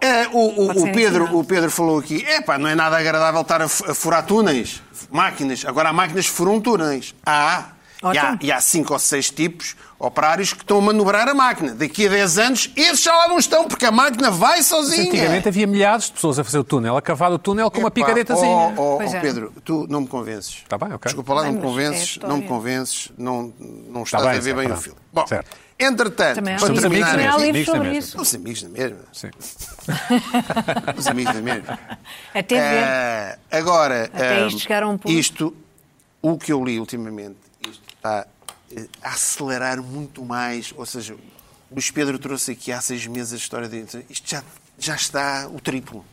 Speaker 4: eh, o, o-
Speaker 3: Pode ser
Speaker 4: o Pedro,
Speaker 3: ensinado.
Speaker 4: o Pedro falou aqui: é pá, não é nada agradável estar a, fu- a furar túneis, máquinas. Agora há máquinas que furam túneis. Há. E há,
Speaker 3: Ótimo.
Speaker 4: e há cinco ou seis tipos operários que estão a manobrar a máquina. Daqui a 10 anos, esses já lá não estão, porque a máquina vai sozinha.
Speaker 1: Antigamente havia milhares de pessoas a fazer o túnel, a cavar o túnel com uma
Speaker 4: é. Epá,
Speaker 1: picaretazinha.
Speaker 4: Oh, oh,
Speaker 3: Pois
Speaker 4: oh,
Speaker 3: é.
Speaker 4: Pedro, tu não me convences.
Speaker 1: Tá bem, ok.
Speaker 4: Desculpa lá, não me
Speaker 3: Bem, mas é
Speaker 4: convences, não me
Speaker 3: história.
Speaker 4: convences, não, não estás
Speaker 1: Tá bem,
Speaker 4: a ver
Speaker 1: certo,
Speaker 4: bem o
Speaker 1: pronto.
Speaker 4: filme. Bom,
Speaker 1: Certo.
Speaker 4: entretanto,
Speaker 3: Também há um
Speaker 4: para
Speaker 3: livros,
Speaker 1: amigos
Speaker 4: terminar,
Speaker 3: também há
Speaker 1: mesmo.
Speaker 3: livros
Speaker 1: Amigos
Speaker 3: é sobre
Speaker 1: também,
Speaker 3: isso.
Speaker 4: os amigos da mesma,
Speaker 1: Sim.
Speaker 4: os amigos da mesma.
Speaker 3: Até ver.
Speaker 4: Eh, agora,
Speaker 3: Até
Speaker 4: eh,
Speaker 3: isto chegar a um ponto.
Speaker 4: isto, o que eu li ultimamente, isto está eh, a acelerar muito mais. Ou seja, o Luís Pedro trouxe aqui há seis meses a história de. Isto já, já está o triplo.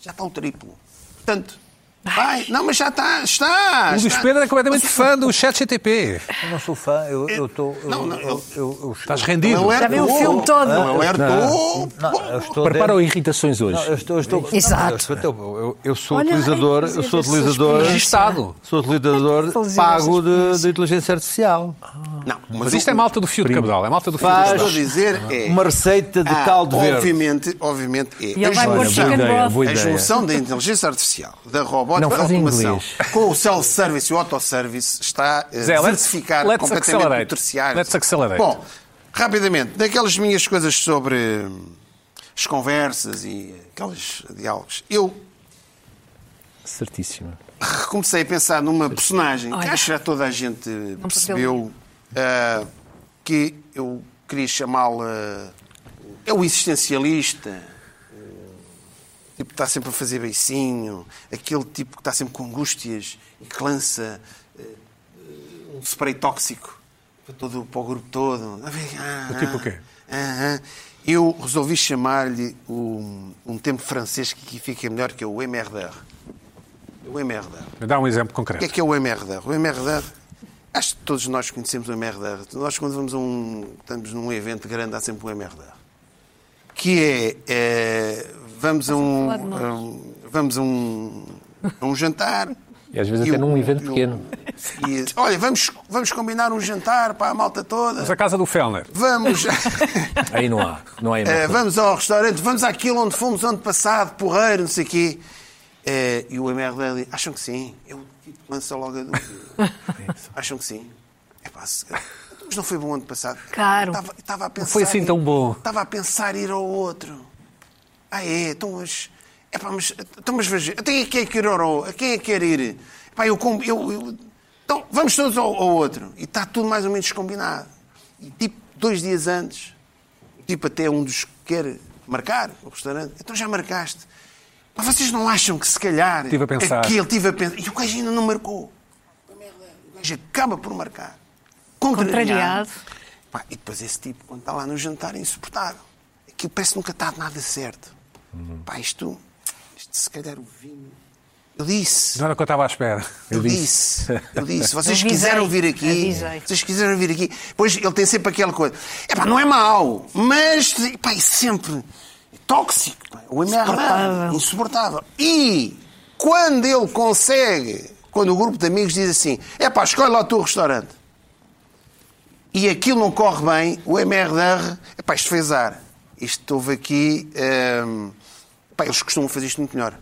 Speaker 4: Já está o triplo. Portanto, vai. Não, mas já está. Está.
Speaker 1: O Luís
Speaker 4: está.
Speaker 1: Pedro é completamente fã do ChatGTP.
Speaker 2: Eu não sou fã, eu estou.
Speaker 4: Não, não, eu-
Speaker 1: Estás
Speaker 4: Ele
Speaker 1: rendido.
Speaker 4: alertou.
Speaker 3: Já viu o filme todo.
Speaker 4: Ele alertou.
Speaker 5: Preparam irritações hoje.
Speaker 2: Não, eu estou, eu estou-
Speaker 3: Exato.
Speaker 2: eu sou- Eu, eu- eu sou
Speaker 3: Olha,
Speaker 2: utilizador, eu sou
Speaker 3: inclusive,
Speaker 2: utilizador,
Speaker 3: essas
Speaker 1: Registado.
Speaker 2: sou utilizador
Speaker 3: Inclusive,
Speaker 2: pago
Speaker 3: essas
Speaker 2: de, de inteligência artificial.
Speaker 4: Não,
Speaker 1: Mas
Speaker 4: né?
Speaker 1: isto é malta do fio de cabedal, é malta do fio de
Speaker 2: Faz-
Speaker 4: O que eu
Speaker 1: cabedal.
Speaker 4: estou a dizer é.
Speaker 2: Uma receita de
Speaker 4: Ah,
Speaker 2: caldo verde.
Speaker 4: Obviamente, obviamente é.
Speaker 3: E ele vai
Speaker 4: A
Speaker 3: pôr
Speaker 4: junção-
Speaker 3: chicken
Speaker 5: ideia,
Speaker 3: broth.
Speaker 5: boa
Speaker 4: A
Speaker 5: ideia.
Speaker 4: É junção da inteligência artificial, da robótica
Speaker 5: Não,
Speaker 4: da
Speaker 5: faz em
Speaker 4: automação,
Speaker 5: inglês.
Speaker 4: com o self-service e o autosservice, está a
Speaker 1: Zé, let's-
Speaker 4: diversificar
Speaker 1: let's
Speaker 4: completamente
Speaker 1: accelerate.
Speaker 4: o terciário.
Speaker 1: Let's accelerate.
Speaker 4: Bom, rapidamente, daquelas minhas coisas sobre hum, as conversas e aqueles diálogos, eu
Speaker 5: Certíssima.
Speaker 4: comecei a pensar numa personagem que
Speaker 3: Olha.
Speaker 4: acho que já toda a gente percebeu
Speaker 3: perdeu.
Speaker 4: ah, que eu queria chamá-la. É o existencialista. eh, Tipo, que está sempre a fazer beicinho, aquele tipo que está sempre com angústias e que lança eh, eh, um spray tóxico para, todo, para o grupo todo. Ah, vem, ah,
Speaker 1: O tipo
Speaker 4: ah,
Speaker 1: o quê?
Speaker 4: ah, ah. Eu resolvi chamar-lhe um, um tempo francês que aqui fica melhor, que é o MRDR. O MRDR.
Speaker 1: Dá um exemplo
Speaker 4: O que é
Speaker 1: concreto.
Speaker 4: que é o MRDR? O MRDR, acho que todos nós conhecemos o MRDR. Nós, quando vamos a um, estamos num evento grande, há sempre um MRDR. Que é, eh, vamos, a um,
Speaker 3: Estás a falar de nós.
Speaker 4: eh, vamos a um, a um jantar.
Speaker 5: E às vezes
Speaker 4: E
Speaker 5: até
Speaker 4: o-
Speaker 5: num evento
Speaker 4: e o-
Speaker 5: pequeno.
Speaker 4: E, olha, vamos, vamos combinar um jantar para a malta
Speaker 5: é
Speaker 1: Mas a
Speaker 4: toda.
Speaker 1: casa do Fellner.
Speaker 4: Vamos,
Speaker 5: Aí não há. Não há
Speaker 4: eh,
Speaker 5: emoção.
Speaker 4: vamos ao restaurante, vamos àquilo onde fomos ano passado, porreiro, não sei o quê. Eh, e o MRDR diz, acham que sim? Eu lança logo a dúvida. Acham que sim? É pá, se- mas não foi bom ano passado.
Speaker 3: Claro.
Speaker 4: Estava, estava a pensar
Speaker 1: foi assim
Speaker 4: em-
Speaker 1: tão bom.
Speaker 4: Estava a pensar ir ao outro. Ah, é? Então, mas. É pá, mas. Então, mas veja. Até quem é que é que ir ao A quem é que quer ir? Pá, eu, com- eu, eu- Então, vamos todos ao, ao outro. E está tudo mais ou menos combinado. E tipo, dois dias antes, tipo, até um dos que quer marcar o restaurante. Então já marcaste. Mas vocês não acham que se calhar.
Speaker 1: Estive a pensar.
Speaker 4: Aquele, tive a pensar. E o gajo ainda não marcou. O gajo acaba por marcar. contrariado. Pá, e depois esse tipo, quando está lá no jantar, é insuportável. Aquilo parece que nunca está nada certo.
Speaker 1: Uhum.
Speaker 4: Pá, isto, isto se calhar o vinho. Eu disse.
Speaker 1: Não era o que eu estava à espera.
Speaker 4: Eu disse, eu disse, vocês
Speaker 3: Avisei,
Speaker 4: quiseram vir aqui,
Speaker 3: avisei.
Speaker 4: vocês quiseram vir aqui, pois ele tem sempre aquela coisa, é pá, não é mau, mas, pá, é sempre tóxico, pá, o homem é arranhado, insuportável. E quando ele consegue, quando o grupo de amigos diz assim, é pá, escolhe lá o teu restaurante, e aquilo não corre bem, o MRDR, é pá, isto fez ar, isto houve aqui, hum, pá, eles costumam fazer isto muito melhor.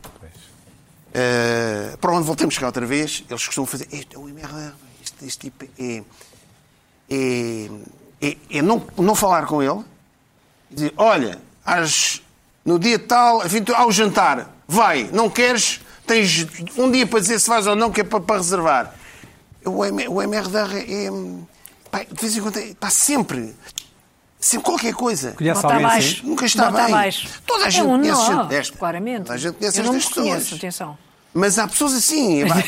Speaker 4: Uh, para onde voltamos cá outra vez, eles costumam fazer. Este, é o MRR, este, este tipo é. é, é- é não, não falar com ele, dizer: olha, às- no dia tal, enfim, tu- ao jantar, vai, não queres, tens um dia para dizer se vais ou não, que é para, para reservar. "É, O, M, o MRR é. pá, de vez em quando, é- está sempre. Sempre qualquer coisa.
Speaker 1: Conhece
Speaker 3: Bota
Speaker 1: alguém
Speaker 3: abaixo.
Speaker 1: assim?
Speaker 4: Nunca está
Speaker 3: Bota
Speaker 4: bem.
Speaker 3: abaixo.
Speaker 4: Toda a gente
Speaker 3: é um
Speaker 4: conhece
Speaker 3: nó,
Speaker 4: gente desta.
Speaker 3: Claramente.
Speaker 4: Toda a gente conhece
Speaker 3: Eu não me
Speaker 4: estas pessoas.
Speaker 3: conheço, atenção.
Speaker 4: Mas há pessoas assim, epá,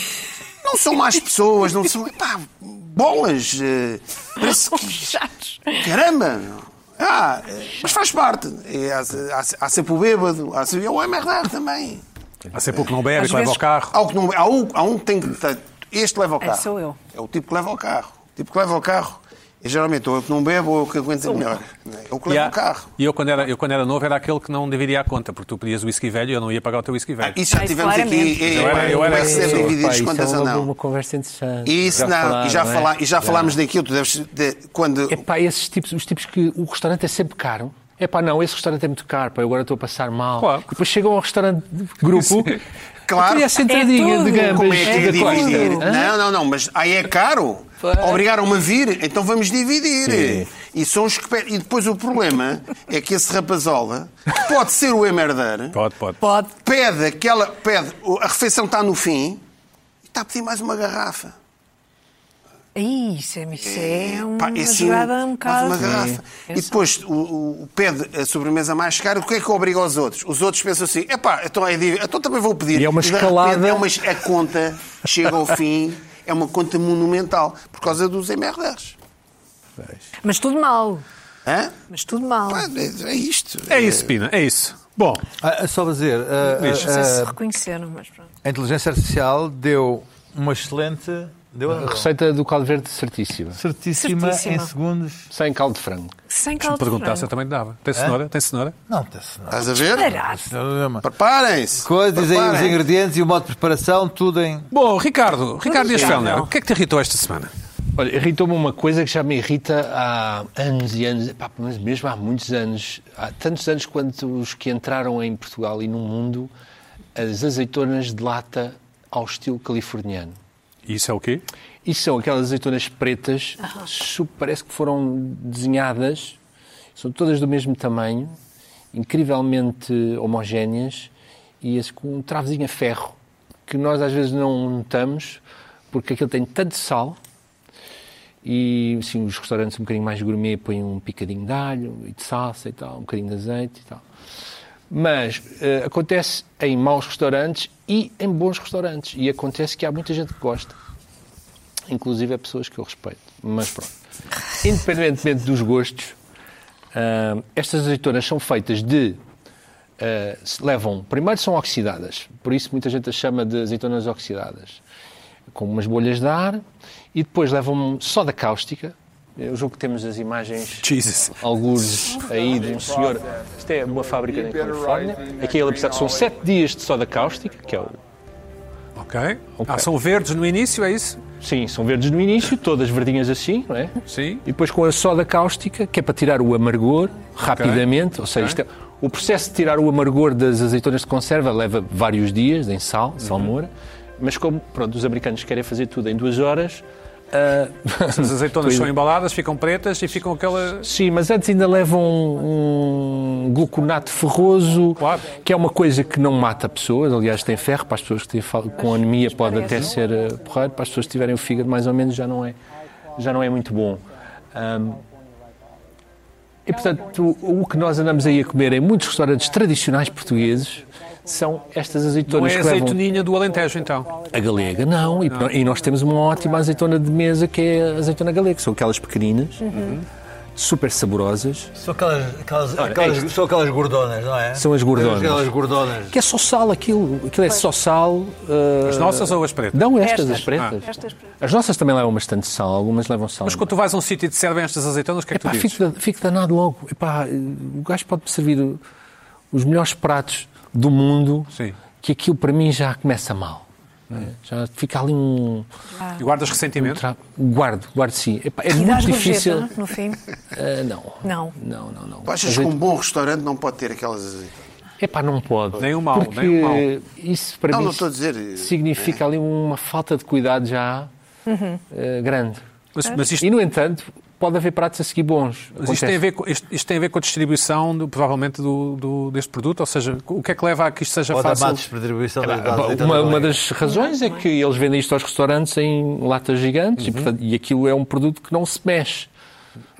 Speaker 4: não são más pessoas, não são epá, bolas. eh, Parece que.
Speaker 3: Chatos.
Speaker 4: Caramba! meu. Ah, eh, mas faz parte. Eh, Há, há, há sempre o bêbado, há sempre o MRR também.
Speaker 1: Há sempre o que não bebe,
Speaker 3: Às
Speaker 1: que leva
Speaker 3: vezes-
Speaker 1: ao carro.
Speaker 4: Há, o que não- há um, há um que tem que. tá, Este leva ao
Speaker 3: É,
Speaker 4: carro.
Speaker 3: sou eu.
Speaker 4: É o tipo que leva ao carro. O tipo que leva ao carro. E geralmente ou eu que não bebo ou eu que aguento melhor. É o que
Speaker 1: E
Speaker 4: leva
Speaker 1: há-
Speaker 4: ao carro.
Speaker 1: E eu quando, era, eu, quando era novo, era aquele que não dividia a conta, porque tu pedias o whisky velho e eu não ia pagar o teu whisky velho.
Speaker 4: Ah, Isso já
Speaker 3: Ai,
Speaker 4: tivemos
Speaker 3: claramente.
Speaker 4: aqui. eh,
Speaker 1: Eu era- eu era
Speaker 4: vai ser
Speaker 1: essa pessoa.
Speaker 4: dividido
Speaker 5: Pá,
Speaker 4: as
Speaker 5: isso
Speaker 4: contas
Speaker 5: é
Speaker 4: ou
Speaker 5: uma,
Speaker 4: não.
Speaker 5: uma conversa interessante.
Speaker 4: Isso não, e, já
Speaker 5: falaram, não é?
Speaker 4: fala- e já falámos daquilo, tu deves. de- quando,
Speaker 5: Epá, esses tipos, os tipos que o restaurante é sempre caro. Epá, não, esse restaurante é muito caro, pá, eu agora estou a passar mal.
Speaker 1: Claro.
Speaker 5: E Depois chegam ao restaurante de grupo,
Speaker 4: Claro.
Speaker 5: queria essa entradinha
Speaker 3: É tudo.
Speaker 5: de gambas.
Speaker 4: Como é que é
Speaker 5: da Costa.
Speaker 4: dividir?
Speaker 5: Hã?
Speaker 4: Não, não, não, mas aí é caro. Obrigaram-me a vir, então vamos dividir. E, são os que pe- e depois o problema é que esse rapazola, que pode ser o emerder,
Speaker 1: Pode, pode.
Speaker 3: Pode.
Speaker 4: pede aquela. Pede, a refeição está no fim e está a pedir mais uma garrafa.
Speaker 3: Ih, Isso é, isso é uma
Speaker 4: Pá, é assim,
Speaker 3: jogada um bocado.
Speaker 4: mais uma garrafa. E depois o, o- pede a sobremesa mais cara, o que é que obriga os outros? Os outros pensam assim, epá, então, é, div- então também vou pedir.
Speaker 5: E é uma
Speaker 4: de repente,
Speaker 5: escalada.
Speaker 4: é uma- a conta chega ao fim, é uma conta monumental, por causa dos MRDs.
Speaker 3: Mas tudo mal.
Speaker 4: Hã?
Speaker 3: Mas tudo mal.
Speaker 4: Pá, é, é isto.
Speaker 1: É isso, Pina, é isso. Bom,
Speaker 6: Ah, só para dizer, ah,
Speaker 3: Não sei se
Speaker 6: ah,
Speaker 3: reconheceram, mas pronto.
Speaker 6: ah, a inteligência artificial deu uma excelente. Deu
Speaker 5: A
Speaker 6: uma
Speaker 5: receita do caldo verde certíssima.
Speaker 6: certíssima,
Speaker 3: Certíssima.
Speaker 6: em segundos.
Speaker 5: Sem caldo de frango.
Speaker 1: se
Speaker 3: Sem
Speaker 1: me
Speaker 3: caldo
Speaker 1: perguntasse, eu
Speaker 3: de frango.
Speaker 1: também dava. Tem cenoura? Tem cenoura?
Speaker 6: Não, tá-se não.
Speaker 4: Estás a ver?
Speaker 3: Caralho.
Speaker 4: Preparem-se.
Speaker 6: Coisas, dizem aí os
Speaker 4: Preparem.
Speaker 6: ingredientes e o modo de preparação, tudo em.
Speaker 1: Bom, Ricardo, Ricardo Dias Fellner, o que é que te irritou esta semana?
Speaker 5: Olha, irritou-me uma coisa que já me irrita há anos e anos, epá, mas mesmo há muitos anos, há tantos anos quanto os que entraram em Portugal e no mundo, as azeitonas de lata ao estilo californiano.
Speaker 1: Isso é o quê?
Speaker 5: E são aquelas azeitonas pretas, su- parece que foram desenhadas, são todas do mesmo tamanho, incrivelmente homogéneas e as com um travozinho a ferro, que nós às vezes não notamos, porque aquilo tem tanto sal. E assim, os restaurantes um bocadinho mais gourmet põem um picadinho de alho e de salsa e tal, um bocadinho de azeite e tal. Mas eh, acontece em maus restaurantes e em bons restaurantes. E acontece que há muita gente que gosta inclusive a pessoas que eu respeito. Mas pronto. Independentemente dos gostos, ah, estas azeitonas são feitas de. ah, se levam. Primeiro são oxidadas, por isso muita gente as chama de azeitonas oxidadas, com umas bolhas de ar, e depois levam soda cáustica. Eu julgo que temos as imagens
Speaker 1: Jesus.
Speaker 5: alguns aí de um senhor. Isto é uma fábrica na Califórnia. Aqui ele precisa são sete dias de soda cáustica, que é o
Speaker 1: Ok. Ah, são verdes no início, é isso?
Speaker 5: Sim, são verdes no início, todas verdinhas assim, não é?
Speaker 1: Sim.
Speaker 5: E depois com a soda cáustica, que é para tirar o amargor rapidamente. Ou seja, isto é- o processo de tirar o amargor das azeitonas de conserva leva vários dias em sal, salmoura. Mas como pronto, os americanos querem fazer tudo em duas horas. ah,
Speaker 1: As azeitonas
Speaker 5: Pois.
Speaker 1: são embaladas, ficam pretas e ficam aquela.
Speaker 5: Sim, mas antes ainda levam um gluconato ferroso,
Speaker 1: Claro.
Speaker 5: que é uma coisa que não mata pessoas. Aliás, tem ferro, para as pessoas que têm fal- com anemia pode até ser eh, porreiro, para as pessoas que tiverem o fígado mais ou menos já não é, já não é muito bom. Ahm, e portanto, o, o que nós andamos aí a comer em muitos restaurantes tradicionais portugueses são estas azeitonas
Speaker 1: Não é
Speaker 5: que levam-
Speaker 1: azeitoninha do Alentejo, então.
Speaker 5: A galega, não. E, pro- e nós temos uma ótima azeitona de mesa que é a azeitona galega, que são aquelas pequeninas,
Speaker 1: Uhum.
Speaker 5: super saborosas,
Speaker 6: São aquelas, aquelas,
Speaker 5: Olha,
Speaker 6: aquelas-
Speaker 5: é isto.
Speaker 6: são aquelas gordonas, não é?
Speaker 5: São as gordonas.
Speaker 6: Aquelas gordonas.
Speaker 5: que é só sal aquilo. Aquilo é só sal. uh,
Speaker 1: As nossas ou as pretas?
Speaker 5: Não, estas,
Speaker 1: Estas.
Speaker 5: as pretas.
Speaker 1: Ah.
Speaker 5: As nossas também levam bastante sal, algumas levam sal.
Speaker 1: Mas quando tu vais a um sítio e te servem estas azeitonas, o que é que
Speaker 5: Epá,
Speaker 1: tu dizes?
Speaker 5: fico, fico danado logo. Epá, o gajo pode-me servir o- os melhores pratos do mundo, que aquilo para mim já começa mal. né? Já fica ali um.
Speaker 1: E guardas ressentimento?
Speaker 5: um tra- guardo, guardo sim. Epá,
Speaker 3: e
Speaker 5: é
Speaker 3: dás
Speaker 5: muito
Speaker 3: gorjeta,
Speaker 5: difícil.
Speaker 3: não? é? no fim?
Speaker 5: Ah, não.
Speaker 3: Não.
Speaker 5: Não, não, não.
Speaker 4: Tu achas
Speaker 5: Mas
Speaker 4: que
Speaker 5: eu-
Speaker 4: um bom restaurante não pode ter aquelas azeitonas?
Speaker 5: Epá, não pode.
Speaker 1: Nem o mau,
Speaker 5: Porque
Speaker 1: nem o mau.
Speaker 5: Isso para
Speaker 4: Não,
Speaker 5: mim
Speaker 4: não estou a dizer- eh,
Speaker 5: significa ali uma falta de cuidado já
Speaker 3: Uhum.
Speaker 5: eh, grande.
Speaker 1: Mas- mas isto-
Speaker 5: E no entanto, pode haver pratos a seguir bons.
Speaker 1: Mas isto
Speaker 5: Acontece.
Speaker 1: tem, a ver com, isto, isto tem a ver com a distribuição, do- provavelmente, do, do- deste produto? Ou seja, o que é que leva a que isto seja
Speaker 6: Ou da má
Speaker 1: fácil?
Speaker 6: distribuição
Speaker 5: É
Speaker 6: da
Speaker 5: pá,
Speaker 6: da azeitona
Speaker 5: Uma, uma
Speaker 6: galega.
Speaker 5: das razões é que eles vendem isto aos restaurantes em latas gigantes e, portanto, e aquilo é um produto que não se mexe.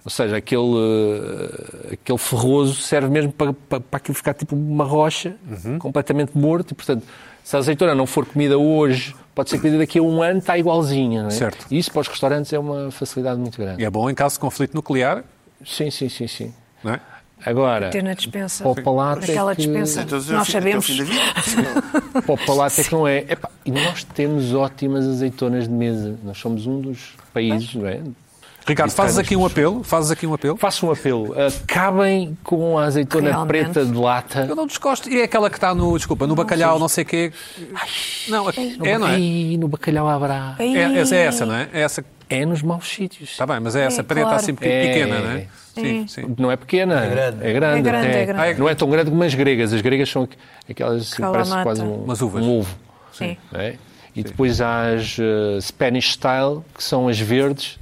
Speaker 5: Ou seja, aquele, eh, aquele ferroso serve mesmo para, para, para aquilo ficar tipo uma rocha, completamente morto. E, portanto, se a azeitona não for comida hoje, pode ser comida daqui a um ano, está igualzinha. Não é?
Speaker 1: Certo.
Speaker 5: E isso para os restaurantes é uma facilidade muito grande.
Speaker 1: E é bom em caso de conflito nuclear,
Speaker 5: Sim, sim, sim, sim.
Speaker 1: não é?
Speaker 5: Agora,
Speaker 3: Ter na dispensa.
Speaker 5: para o palato é
Speaker 3: Naquela
Speaker 5: que-
Speaker 3: dispensa.
Speaker 4: Então,
Speaker 3: Nós
Speaker 4: até o
Speaker 3: sabemos.
Speaker 4: fim da vida?
Speaker 5: Pô, para lá até que não é. Epá, e nós temos ótimas azeitonas de mesa. Nós somos um dos países, não é?
Speaker 1: Ricardo, fazes aqui um apelo? Fazes aqui um apelo?
Speaker 5: Faço um apelo. Acabem com a azeitona
Speaker 1: Realmente.
Speaker 5: preta de lata.
Speaker 1: Eu não desgosto. E é aquela que está no, desculpa, no bacalhau, não sei o quê. Não, é, não é?
Speaker 5: Ai, no bacalhau à brá.
Speaker 1: É, essa, é essa, não é? É essa.
Speaker 5: É nos maus sítios.
Speaker 1: Está bem, mas é essa
Speaker 3: É,
Speaker 1: preta
Speaker 3: claro.
Speaker 1: assim
Speaker 5: É.
Speaker 1: pequena, não é? Sim, sim.
Speaker 5: Não é pequena, é grande. É grande,
Speaker 3: É grande,
Speaker 5: até.
Speaker 3: é grande. Ah, é-
Speaker 5: Não é tão grande como as gregas. As gregas são aqu- aquelas assim,
Speaker 3: Calamata.
Speaker 5: parece quase um,
Speaker 1: Umas uvas.
Speaker 5: um ovo.
Speaker 3: Sim.
Speaker 5: não é? E depois há as eh, Spanish Style, que são as verdes,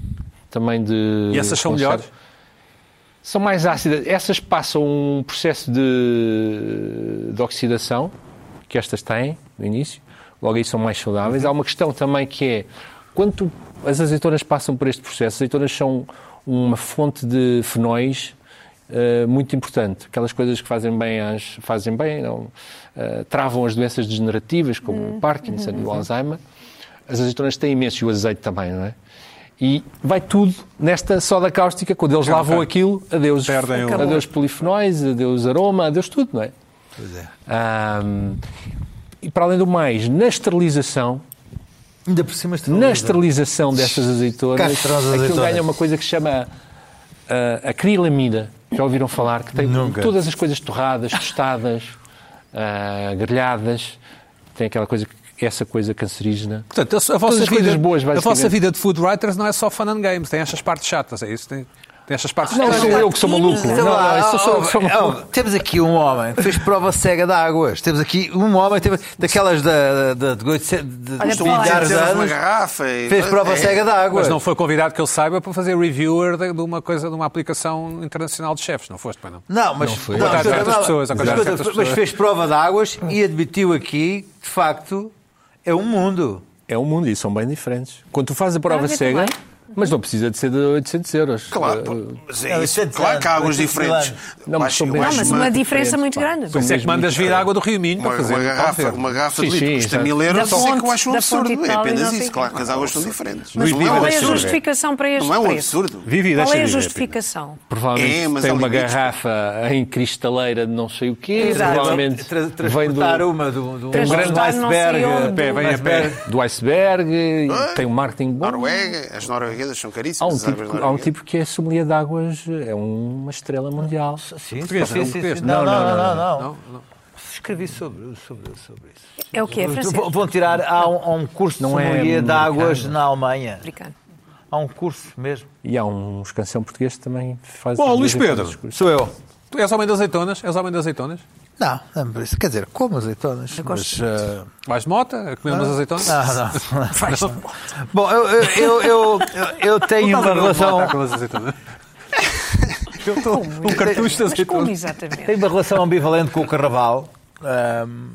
Speaker 5: também de.
Speaker 1: E essas são
Speaker 5: conserva.
Speaker 1: melhores?
Speaker 5: São mais ácidas. Essas passam um processo de, de oxidação, que estas têm no início, logo aí são mais
Speaker 1: Uhum.
Speaker 5: saudáveis. Há uma questão também que é, quando tu- as azeitonas passam por este processo, as azeitonas são uma fonte de fenóis eh, muito importante. Aquelas coisas que fazem bem, às, fazem bem não, eh, travam as doenças degenerativas, como
Speaker 1: Uhum.
Speaker 5: o Parkinson e o Alzheimer. As azeitonas têm imenso e o azeite também, não é? E vai tudo nesta soda cáustica, quando eles lavam
Speaker 1: ok.
Speaker 5: aquilo, adeus,
Speaker 1: Perdem o-
Speaker 5: adeus polifenóis, adeus aroma, adeus tudo, não é? Ahm, e para além do mais, na esterilização,
Speaker 6: Ainda por cima é
Speaker 5: na esterilização destas azeitonas,
Speaker 6: Castro as
Speaker 5: aquilo
Speaker 6: azeitonas.
Speaker 5: ganha uma coisa que se chama ah, acrilamida. Já ouviram falar? Que tem
Speaker 6: Nunca.
Speaker 5: todas as coisas torradas, tostadas, ah, grelhadas, tem aquela coisa, essa coisa cancerígena.
Speaker 1: Portanto, a, a
Speaker 5: Todas
Speaker 1: vossa,
Speaker 5: as coisas
Speaker 1: vida,
Speaker 5: boas,
Speaker 1: a vossa
Speaker 5: basicamente.
Speaker 1: vida de food writers não é só fun and games, tem estas partes chatas, é isso? Tem, tem estas partes
Speaker 5: Não, sou eu que sou maluco. Não,
Speaker 6: Sei lá,
Speaker 5: não, isso sou eu que sou
Speaker 6: oh,
Speaker 5: maluco.
Speaker 6: oh, Temos aqui um homem que fez prova cega de águas. Temos aqui um homem que teve, daquelas da, da, de, oitocentos- de,
Speaker 3: Olha
Speaker 6: de,
Speaker 3: para lá.
Speaker 6: milhares de
Speaker 4: Temos uma
Speaker 6: anos.
Speaker 4: garrafa e...
Speaker 6: Fez prova
Speaker 4: É.
Speaker 6: cega de águas.
Speaker 1: Mas não foi convidado que ele saiba para fazer reviewer de, de uma coisa, de uma aplicação internacional de chefes, não foste, pois não?
Speaker 6: Não, mas,
Speaker 5: Não foi.
Speaker 1: Ao contrário de certas
Speaker 6: mas-
Speaker 1: pessoas, ao
Speaker 6: mas,
Speaker 1: contrário de
Speaker 6: mas-
Speaker 1: certas
Speaker 6: mas
Speaker 1: pessoas.
Speaker 6: fez prova de águas e admitiu aqui que, de facto, é um mundo.
Speaker 5: É um mundo e são bem diferentes. Quando tu fazes a prova
Speaker 3: muito
Speaker 5: cega,
Speaker 3: bem.
Speaker 5: mas não precisa de ser de 800 euros.
Speaker 4: Claro,
Speaker 5: Eh,
Speaker 4: pô, mas é
Speaker 6: Não,
Speaker 4: isso.
Speaker 6: oitocentos
Speaker 4: claro que há
Speaker 6: anos,
Speaker 4: águas
Speaker 6: oitocentos
Speaker 4: diferentes.
Speaker 6: anos.
Speaker 5: Não,
Speaker 4: Eu
Speaker 5: mas são
Speaker 4: eu
Speaker 5: bem
Speaker 3: Não, mas uma
Speaker 5: Mas
Speaker 3: diferença
Speaker 5: diferente,
Speaker 3: muito
Speaker 5: pá.
Speaker 3: grande.
Speaker 1: Por isso é que mandas vir água do Rio Minho para
Speaker 4: Uma,
Speaker 1: fazer.
Speaker 4: uma garrafa,
Speaker 1: calfer.
Speaker 4: uma garrafa de
Speaker 5: é Sim,
Speaker 4: litro
Speaker 5: sim,
Speaker 4: custa
Speaker 5: exato.
Speaker 4: mil euros,
Speaker 3: Da
Speaker 4: não sei que eu
Speaker 3: fonte-
Speaker 4: acho um
Speaker 3: da fonte
Speaker 4: absurdo.
Speaker 3: e
Speaker 4: É
Speaker 3: tal, e não
Speaker 4: apenas
Speaker 3: sei
Speaker 4: isso,
Speaker 3: o
Speaker 4: claro
Speaker 3: quê.
Speaker 4: que as águas são diferentes.
Speaker 1: Luís Viva
Speaker 3: Qual é a
Speaker 1: Deixa eu ver.
Speaker 3: justificação para este
Speaker 4: Não é um
Speaker 3: preço?
Speaker 4: absurdo.
Speaker 1: Vivi,
Speaker 3: Qual
Speaker 1: deixa
Speaker 3: é a
Speaker 1: viver,
Speaker 3: justificação?
Speaker 5: Provavelmente
Speaker 4: É, mas
Speaker 5: tem
Speaker 4: há
Speaker 5: uma
Speaker 4: limites.
Speaker 5: garrafa em cristaleira de não sei o quê.
Speaker 3: Exato.
Speaker 5: Provavelmente
Speaker 6: Tra-
Speaker 5: vem do,
Speaker 6: Transportar uma do, do,
Speaker 5: Tem um grande
Speaker 6: do iceberg.
Speaker 3: não sei onde.
Speaker 1: Pina. Pé, vem a pé.
Speaker 5: do iceberg, e tem um marketing bom.
Speaker 4: Noruega, as norueguesas são
Speaker 5: Há
Speaker 4: caríssimas.
Speaker 5: um,
Speaker 4: as
Speaker 5: tipo,
Speaker 4: águas
Speaker 5: que- há um
Speaker 4: norueguesas.
Speaker 5: tipo que é sommelier de águas, é uma estrela mundial.
Speaker 6: Sim,
Speaker 1: Português,
Speaker 6: sim,
Speaker 1: não é?
Speaker 6: sim,
Speaker 1: Português.
Speaker 6: sim. Não, não, não, não, não.
Speaker 1: Não, não.
Speaker 6: Escrevi sobre, sobre, sobre isso.
Speaker 3: É o que é, francês?
Speaker 6: Vão- Vão tirar. Há um, há um curso de
Speaker 5: Não é
Speaker 6: sommelier de
Speaker 5: americano.
Speaker 6: águas na Alemanha.
Speaker 3: Americano.
Speaker 6: Há um curso mesmo.
Speaker 5: E há uns canção português que também faz.
Speaker 1: Bom,
Speaker 5: de
Speaker 1: Luís
Speaker 5: vez em quando
Speaker 1: Pedro.
Speaker 5: uns cursos.
Speaker 6: Sou eu.
Speaker 1: Tu és homem das azeitonas? És homem das azeitonas?
Speaker 6: Não, não por isso. quer dizer, como azeitonas. Mas, eh,
Speaker 1: Vais de mota, comemos as azeitonas?
Speaker 6: Ah. não, não. Bom, eu, eu, eu, eu, eu tenho uma relação.
Speaker 1: tá? Eu estou um cartucho de
Speaker 3: Mas como
Speaker 1: azeitonas.
Speaker 3: exatamente?
Speaker 6: Tenho uma relação ambivalente com o carnaval. Ahm,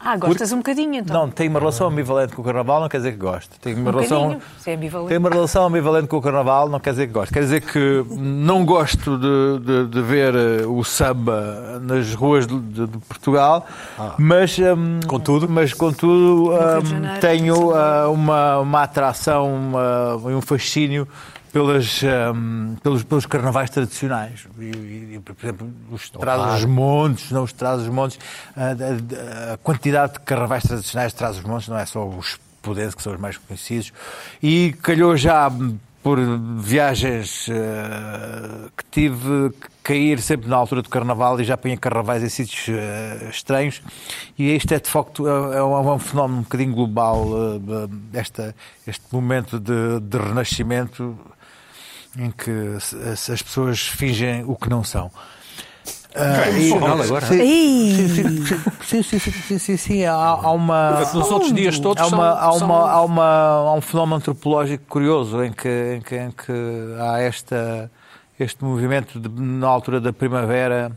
Speaker 3: Ah, gostas um bocadinho então?
Speaker 6: Não, tenho uma relação ambivalente com o carnaval, não quer dizer que gosto. Tenho uma
Speaker 3: um
Speaker 6: relação.
Speaker 3: bocadinho. Se é ambivalente.
Speaker 6: Tenho uma relação ambivalente com o carnaval, não quer dizer que gosto. Quer dizer que não gosto de, de- de ver eh, o samba nas ruas de, de- de Portugal, mas. hum,
Speaker 1: Contudo?
Speaker 6: Mas, contudo,
Speaker 3: Rio de
Speaker 6: hum,
Speaker 3: Janeiro,
Speaker 6: tenho ah, uma, uma atração uma- e um fascínio pelas, hum, pelos, pelos carnavais tradicionais. E, e, e, por exemplo, os traz os montes, não os traz os montes. A, a- a quantidade de carnavais tradicionais de traz os montes não é só os pudenses que são os mais conhecidos. E calhou já hum, por viagens eh, que tive que cair sempre na altura do carnaval e já apanhei carnavais em sítios eh, estranhos e isto é de facto é, é um, é um fenómeno um bocadinho global eh, esta, este momento de, de renascimento em que se- se as pessoas fingem o que não são.
Speaker 1: É
Speaker 6: Ah,
Speaker 1: emocional agora.
Speaker 6: Sim, sim, sim, sim, sim, sim, sim, sim, sim, há, há uma.
Speaker 1: Nos outros dias todos
Speaker 6: Ah, há, uma,
Speaker 1: são-
Speaker 6: há, uma,
Speaker 1: são-
Speaker 6: há, uma, há um fenómeno antropológico curioso em que, em que, em que há esta, este movimento de- na altura da primavera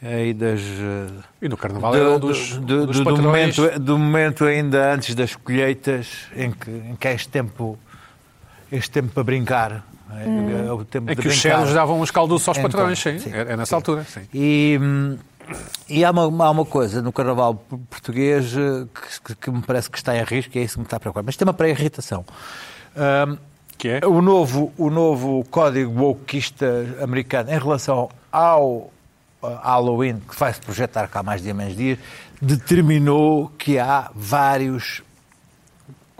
Speaker 6: eh, e das. eh,
Speaker 1: E no carnaval
Speaker 6: do-
Speaker 1: era um
Speaker 6: do-
Speaker 1: dos,
Speaker 6: do,
Speaker 1: dos
Speaker 6: do- do
Speaker 1: patrões.
Speaker 6: momento, do momento ainda antes das colheitas em que, em que há este tempo, este tempo para brincar. eh, É, o tempo
Speaker 1: Em
Speaker 6: de
Speaker 1: Uhum. que os
Speaker 6: brincar.
Speaker 1: cheros davam uns caldos aos
Speaker 6: Então,
Speaker 1: patrões, sim.
Speaker 6: sim.
Speaker 1: É, é nessa altura, sim.
Speaker 6: E, hum, e há, uma, há uma coisa no carnaval p- português eh, que, que- que me parece que está em risco e é isso que me está a preocupar. Mas tem uma pré-irritação. Hum,
Speaker 1: Que é?
Speaker 6: o, novo, o novo código wokeista americano em relação ao eh, Halloween, que vai se projetar cá mais dia menos dias, determinou que há vários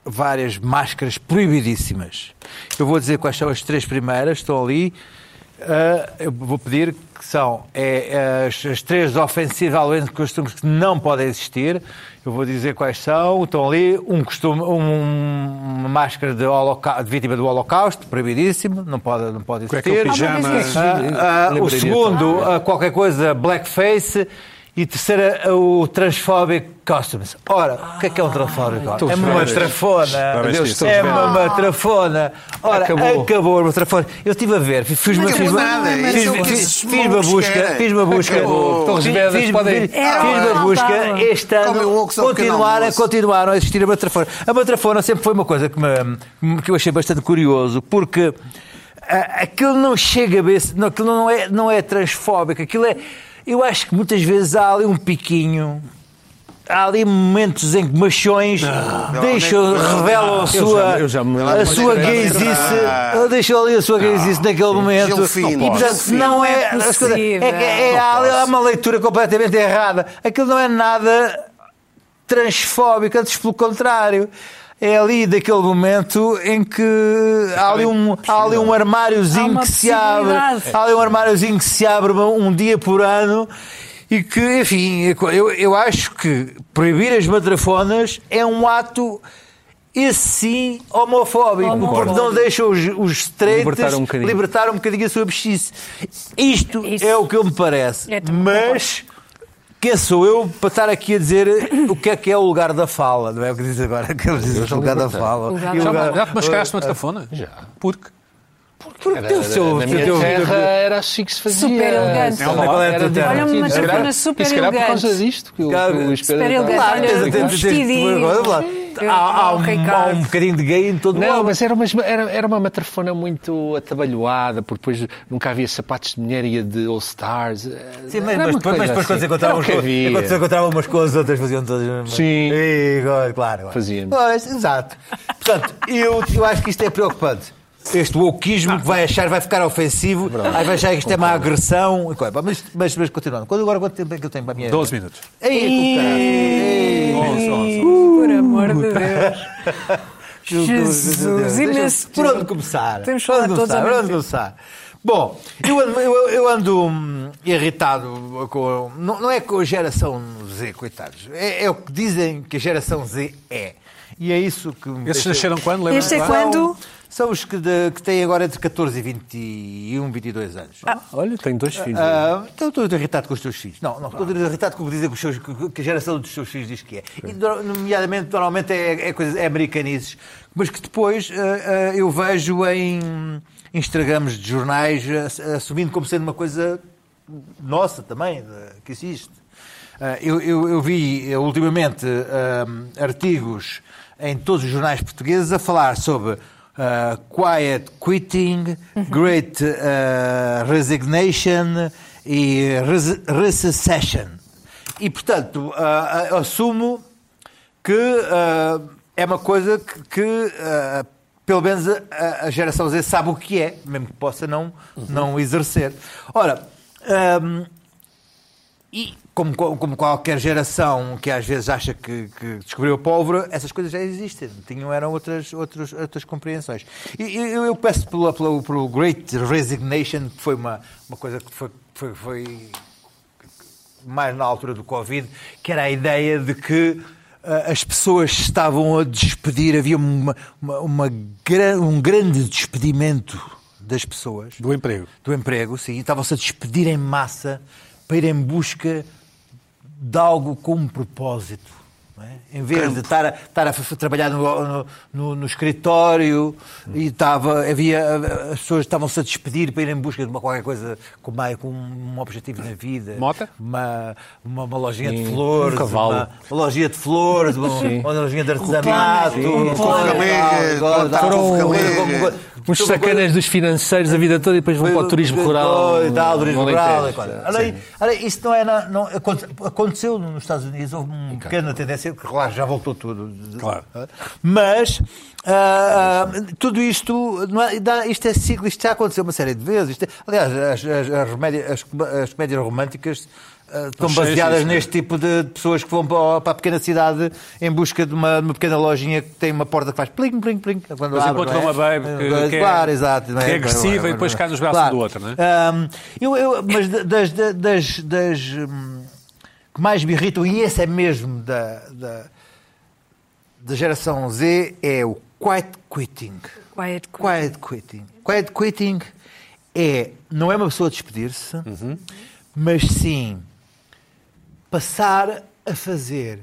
Speaker 6: várias máscaras proibidíssimas. Eu vou dizer quais são as três primeiras, estão ali. Ah, eu vou pedir que são é, as, as três ofensivas ao de costumes que não podem existir. Eu vou dizer quais são. Estão ali um costume, um- uma máscara de, holoca- de vítima do Holocausto, proibidíssimo, não pode, não pode
Speaker 1: Cueca,
Speaker 6: existir.
Speaker 1: pijama. Ah, mas
Speaker 6: Ah, ah, o
Speaker 5: Lembrei-me.
Speaker 6: segundo, ah, qualquer coisa, blackface. E terceira, ah, o transfóbico costumes. Ora, o que é que é um transfóbico costumes? É uma trafona.
Speaker 5: Parabéns,
Speaker 6: Adeus,
Speaker 5: Cristo.
Speaker 6: É uma matrafona. Ora,
Speaker 5: Acabou.
Speaker 6: acabou, a matrafona. Eu estive a ver, fiz uma
Speaker 4: Não
Speaker 6: fiz
Speaker 4: acabou
Speaker 6: uma-
Speaker 4: nada,
Speaker 6: fiz-
Speaker 4: isso é o que
Speaker 6: fiz-
Speaker 4: esses
Speaker 6: fiz uma
Speaker 4: malucos
Speaker 6: busca,
Speaker 4: querem.
Speaker 6: fiz uma busca.
Speaker 4: Acabou.
Speaker 5: Aqueles
Speaker 6: Fiz-
Speaker 5: bedas
Speaker 6: fiz-
Speaker 5: podem-
Speaker 6: Fiz
Speaker 3: Era o que
Speaker 6: uma
Speaker 3: faltava.
Speaker 6: busca este
Speaker 4: Comem
Speaker 6: ano.
Speaker 4: oco, só pequeno
Speaker 6: Continuar a
Speaker 4: almoço.
Speaker 6: continuaram a existir a matrafona. A matrafona sempre foi uma coisa que, me- que eu achei bastante curioso, porque ah, aquilo não chega a ver, se- não, aquilo não é, não é transfóbico, aquilo é. Eu acho que muitas vezes há ali um piquinho. Há ali momentos em que machões
Speaker 4: Ah,
Speaker 6: deixam, revelam a sua,
Speaker 5: é eu já me-
Speaker 6: a sua
Speaker 5: eu já me-
Speaker 6: gaysice,
Speaker 4: Ah.
Speaker 6: ele deixou ali a sua gaysice naquele momento.
Speaker 4: Gil fino.
Speaker 6: E portanto,
Speaker 4: Gil
Speaker 6: não
Speaker 3: fino.
Speaker 6: é.
Speaker 3: Não é
Speaker 6: as coisas- é, que é,
Speaker 3: possível.
Speaker 6: há ali- há uma leitura completamente errada. Aquilo não é nada transfóbico, antes pelo contrário. É ali daquele momento em que há ali um, há ali um
Speaker 3: é Há
Speaker 6: armáriozinho
Speaker 3: uma
Speaker 6: que se abre.
Speaker 3: possibilidade.
Speaker 6: Há ali um armáriozinho que se abre um, um dia por ano e que, enfim, eu, eu acho que proibir as matrafonas é um ato. Esse sim, homofóbico,
Speaker 3: Homofóbico.
Speaker 6: porque não deixa os, os
Speaker 5: Libertar
Speaker 6: straights
Speaker 5: um bocadinho.
Speaker 6: libertar um bocadinho a sua bexice. Isto
Speaker 3: Isso.
Speaker 6: é o que eu me parece.
Speaker 3: É, também
Speaker 6: Mas quem sou eu para estar aqui a dizer o que é que é o lugar da fala? Não é o que diz agora? Que eles dizem o lugar da fala.
Speaker 3: lugar
Speaker 6: E
Speaker 3: da
Speaker 6: o
Speaker 1: Já,
Speaker 6: lugar-
Speaker 1: ma- já te mascaraste uma
Speaker 6: É.
Speaker 1: telefona?
Speaker 5: Já.
Speaker 1: Porque?
Speaker 6: Porque teu seu-
Speaker 5: na minha
Speaker 6: teu-
Speaker 5: terra era assim que se fazia.
Speaker 3: Super elegante.
Speaker 5: Era uma-
Speaker 6: Qual é a
Speaker 5: era
Speaker 6: tua terra?
Speaker 5: divertido.
Speaker 3: Olha, uma
Speaker 5: Se calhar-
Speaker 3: trafona super
Speaker 5: E se calhar por causa
Speaker 3: elegante.
Speaker 5: disto que o,
Speaker 6: Claro.
Speaker 5: que o
Speaker 3: Super
Speaker 5: Espera
Speaker 3: elegante.
Speaker 6: Claro,
Speaker 3: Olha,
Speaker 6: Ah, tens- tens- tens-
Speaker 3: vestidinho.
Speaker 6: agora, lá.
Speaker 3: Eu-
Speaker 6: Há há um, há
Speaker 3: Ricardo.
Speaker 6: um bocadinho de gay em todo o
Speaker 5: Não,
Speaker 6: lado.
Speaker 5: mas era uma, era, era uma matrafona muito atabalhoada, porque depois nunca havia sapatos de mulher e a de All Stars.
Speaker 6: Sim, mas, mas depois, mas depois
Speaker 5: assim.
Speaker 6: quando se encontravam umas coisas, quando se encontravam umas coisas, outras faziam todas as mesmas.
Speaker 5: Sim.
Speaker 6: E, claro, claro.
Speaker 5: Faziam.
Speaker 6: Pois, exato. Portanto, eu, eu acho que isto é preocupante. Este wokeismo que vai achar vai ficar ofensivo, aí vai achar que isto é uma agressão. e coisa. Mas, mas, mas continuando, quando, agora quanto tempo é que eu tenho para a minha.
Speaker 1: 12 minutos.
Speaker 6: Ei, tu, caralho. Ei.
Speaker 3: Por amor de Deus. Jesus,
Speaker 6: Deixa-me-
Speaker 3: imenso.
Speaker 6: Por onde começar?
Speaker 3: Temos de
Speaker 6: Por
Speaker 3: falar
Speaker 6: onde
Speaker 3: todos
Speaker 6: começar?
Speaker 3: ao
Speaker 6: Por
Speaker 3: mesmo
Speaker 6: onde começar? Bom, eu ando, eu- eu ando, hum, irritado com. Não, não é com a geração Z, coitados. É, é o que dizem que a geração Z é. E é isso que me
Speaker 1: Esses
Speaker 6: deixa-
Speaker 1: nasceram quando? lembras
Speaker 3: Este é
Speaker 1: lá?
Speaker 3: quando?
Speaker 6: São- São os que, de- que têm agora entre 14 e 21, 22 anos.
Speaker 3: Ah,
Speaker 5: Olha, tenho dois filhos.
Speaker 6: Ah, então estou irritado com os teus filhos. Não, não, estou irritado com o que dizem que, os seus- que- que a geração dos teus filhos diz que é. E, do- nomeadamente, normalmente é, é, coisa, é americanices. Mas que depois ah, ah, eu vejo em Instagrams de jornais ah, assumindo como sendo uma coisa nossa também, de- que existe. Ah, eu, eu- eu vi eh, ultimamente ah, artigos em todos os jornais portugueses a falar sobre ah, quiet quitting, great ah, resignation e res- recession. E, portanto, ah, ah, assumo que ah, é uma coisa que, que, ah, pelo menos a, a geração Z sabe o que é, mesmo que possa não, não exercer. Ora, ah, e como, como qualquer geração que às vezes acha que, que descobriu a pólvora, essas coisas já existem. Tinham, eram outras, outras, outras compreensões. E e eu, eu peço pelo, pelo, pelo Great Resignation, que foi uma, uma coisa que foi, foi, foi mais na altura do Covid, que era a ideia de que ah, as pessoas se estavam a despedir, havia uma, uma- uma gran- um grande despedimento das pessoas.
Speaker 1: Do emprego.
Speaker 6: Do emprego, sim. Estavam-se a despedir em massa para ir em busca de algo com um propósito. não é? Em vez de estar a, estar a f- trabalhar no, no- no- no escritório e estava, havia, as pessoas estavam-se a despedir para ir em busca de uma, qualquer coisa com, mais, com um objetivo na vida.
Speaker 1: Mota?
Speaker 6: Uma, uma, uma lojinha de
Speaker 5: Sim,
Speaker 6: flores.
Speaker 5: um cavalo.
Speaker 6: Uma, uma lojinha de flores, uma,
Speaker 5: Sim.
Speaker 6: uma lojinha de artesanato.
Speaker 5: Sim.
Speaker 6: um
Speaker 4: Cavaleiras,
Speaker 6: cavalo, tal,
Speaker 4: foram
Speaker 6: tal, tal,
Speaker 4: cavaleiras.
Speaker 6: alguma coisa.
Speaker 5: um, Uns sacanas dos financeiros a vida toda e depois vão para
Speaker 6: um
Speaker 5: o turismo rural.
Speaker 6: E tal, turismo
Speaker 5: no
Speaker 6: rural.
Speaker 5: Alentejo.
Speaker 6: olha, Olha, aí, olha aí, isso não é. na- Não, aconte- aconteceu nos Estados Unidos, houve uma pequena tendência, que claro, já voltou tudo.
Speaker 1: Claro.
Speaker 6: Mas ah, ah, tudo isto, não é- dá- isto é ciclo, isto já aconteceu uma série de vezes. Isto é- aliás, as, as, as remédia- as com- as comédias românticas. ah, estão
Speaker 1: Não sei se
Speaker 6: baseadas
Speaker 1: isso-
Speaker 6: neste tipo de de pessoas que vão para para a pequena cidade em busca de uma, de uma pequena lojinha que tem uma porta que faz pling, pling, pling. quando
Speaker 1: Mas
Speaker 6: abre,
Speaker 1: encontram
Speaker 6: não é?
Speaker 1: uma baby que- que é-
Speaker 6: claro, exato, não
Speaker 1: que é
Speaker 6: é
Speaker 1: agressiva
Speaker 6: Claro.
Speaker 1: e depois cai nos braços
Speaker 6: Claro.
Speaker 1: do outro, não é?
Speaker 6: Ahm, eu, eu- mas da- das, da- das, das, hum, que mais me irritam, e esse é mesmo da, da, da geração Z, é o quiet quitting.
Speaker 3: Quiet quitting.
Speaker 6: Quiet quitting. Quiet quitting é, não é uma pessoa despedir-se,
Speaker 3: Uhum.
Speaker 6: mas sim passar a fazer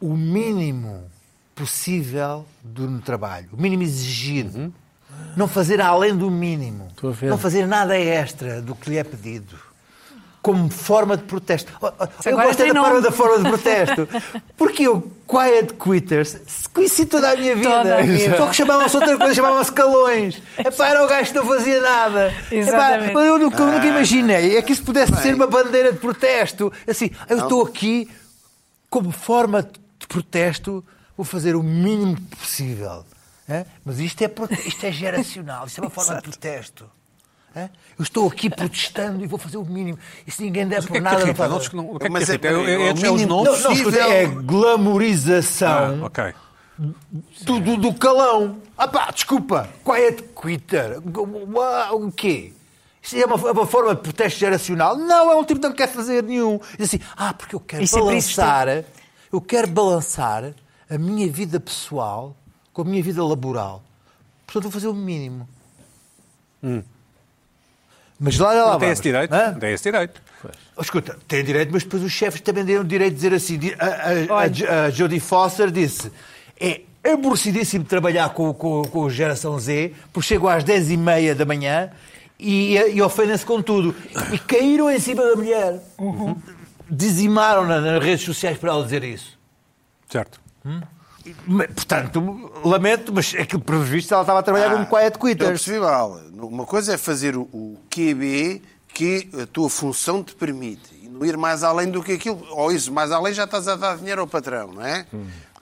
Speaker 6: o mínimo possível do no trabalho, o mínimo exigido.
Speaker 3: Uhum.
Speaker 6: Não fazer além do mínimo.
Speaker 5: Estou a ver.
Speaker 6: Não fazer nada extra do que lhe é pedido. Como forma de protesto. Oh, oh, Eu
Speaker 3: agora
Speaker 6: gosto
Speaker 3: tem
Speaker 6: da
Speaker 3: nome.
Speaker 6: forma, da forma de protesto. Porque eu, quiet quitters, conheci toda a minha vida.
Speaker 3: Toda a vida.
Speaker 6: Só que chamavam-se outra coisa, chamavam-se calões. Epá, era o gajo que não fazia nada. Epá,
Speaker 3: Exatamente.
Speaker 6: eu nunca,
Speaker 1: Ah.
Speaker 6: nunca imaginei. É que isso pudesse ser uma bandeira de protesto. Assim, eu estou aqui como forma de protesto, vou fazer o mínimo possível. Hã? Mas isto é, prote- isto é geracional, isto é uma forma de protesto. Hã? Eu estou aqui protestando e vou fazer o mínimo. E se ninguém der
Speaker 1: Mas o que
Speaker 6: por
Speaker 1: é que te
Speaker 6: nada, não
Speaker 1: irrita?
Speaker 6: faz
Speaker 1: Não
Speaker 6: nada.
Speaker 1: te- não- O que é que
Speaker 4: Mas
Speaker 1: te
Speaker 4: é-
Speaker 1: irrita? É- é- é-
Speaker 4: o
Speaker 1: é os
Speaker 4: mínimo-
Speaker 6: Não,
Speaker 1: nomes?
Speaker 6: não, escuta, é
Speaker 1: Ah,
Speaker 6: glamorização
Speaker 1: Ok.
Speaker 6: do, do- do calão. Ah pá, desculpa, é quiet quitter. O quê? Isto é uma, é uma forma de protesto geracional? Não, é um tipo que não quer fazer nenhum. Diz assim, ah, porque eu quero
Speaker 3: Isso é por isso
Speaker 6: balançar, eu quero balançar a minha vida pessoal com a minha vida laboral. Portanto, vou fazer o mínimo. Mas lá, lá, lá
Speaker 1: Hum. Não tem
Speaker 6: vamos.
Speaker 1: esse direito.
Speaker 6: Hã?
Speaker 1: Não tem esse direito.
Speaker 6: Oh, Escuta, tem direito, mas depois os chefes também deram direito de dizer assim. di- A, a- a Jo- a Jodie Foster disse: é aborrecidíssimo trabalhar com, com, com a geração Z, porque chegam às 10h30 da manhã e, e ofendem-se com tudo. E caíram em cima da mulher.
Speaker 3: Uhum.
Speaker 6: Dizimaram-na nas redes sociais para ela dizer isso.
Speaker 1: Certo.
Speaker 6: Mas, Portanto, lamento, mas é aquilo pelo visto ela estava a
Speaker 3: Ah,
Speaker 6: trabalhar como quiet
Speaker 4: Eu
Speaker 6: quitter.
Speaker 4: Então, percebi mal. Uma coisa é fazer o, o QB que a tua função te permite. E não ir mais além do que aquilo. Ou isso, mais além já estás a dar dinheiro ao patrão, não é?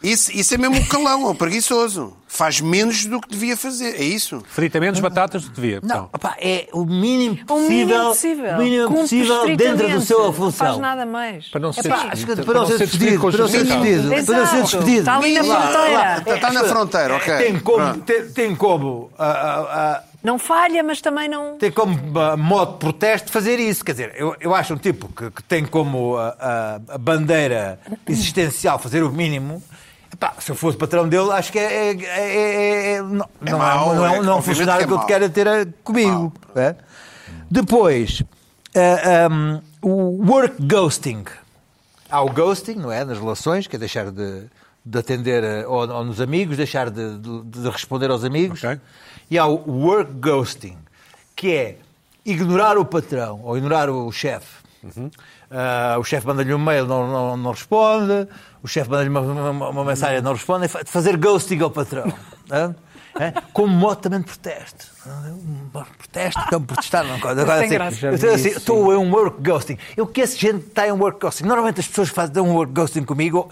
Speaker 4: Isso, isso é mesmo o calão, é o preguiçoso. Faz menos do que devia fazer, é isso?
Speaker 1: Frita menos batatas do que devia.
Speaker 6: Hum.
Speaker 1: então.
Speaker 6: Não,
Speaker 1: Não.
Speaker 6: opá, é o mínimo possível,
Speaker 3: O Um mínimo possível.
Speaker 6: o mínimo
Speaker 3: Cumpre
Speaker 6: possível dentro da
Speaker 3: estritamente.
Speaker 6: sua
Speaker 3: Não faz
Speaker 6: função.
Speaker 3: nada mais. É
Speaker 5: Para
Speaker 4: É
Speaker 5: não ser
Speaker 6: Epá,
Speaker 5: despedido.
Speaker 6: escuta, para não ser despedido, para não ser
Speaker 4: constitucional.
Speaker 6: despedido, para não ser
Speaker 3: Exato.
Speaker 6: despedido.
Speaker 3: Está ali na
Speaker 6: Lá,
Speaker 3: fronteira.
Speaker 6: lá.
Speaker 4: Está- está Tá, na fronteira, ok.
Speaker 6: Tem como,
Speaker 4: Pronto.
Speaker 6: tem, tem como, ah, ah, ah,
Speaker 3: Não falha, mas também não.
Speaker 6: tem como ah, modo de protesto fazer isso. Quer dizer, eu, eu acho um tipo que, que tem como ah, ah, a, bandeira existencial fazer o mínimo. Epá, se eu fosse patrão dele, acho que é, é- é- é- é- não,
Speaker 4: É
Speaker 6: não
Speaker 4: mau,
Speaker 6: é, não é,
Speaker 4: é-
Speaker 6: um- não é um
Speaker 4: obviamente
Speaker 6: funcionário
Speaker 4: que
Speaker 6: que
Speaker 4: é
Speaker 6: eu
Speaker 4: mau.
Speaker 6: quero ter a- comigo. é? Depois, ah, ah, o work ghosting. Há o ghosting, não é? Nas relações, que é deixar de, de atender eh, ou, ou nos amigos, deixar de, de- de responder aos amigos.
Speaker 1: Ok.
Speaker 6: E há o work ghosting, que é ignorar o patrão ou ignorar o chefe. Ah, o chefe manda-lhe um mail, não, não, não responde. O chefe manda-lhe uma, uma- uma mensagem, não responde. É fa- Fazer ghosting ao patrão. Hã? Hã? Como moto também de um protesto. Hã? Protesto, então protestar não coisa. Agora
Speaker 3: Tem
Speaker 6: assim,
Speaker 3: graça.
Speaker 6: eu tenho assim, estou a um work ghosting. Eu que esse gente está em um work ghosting. Normalmente as pessoas que fazem um work ghosting comigo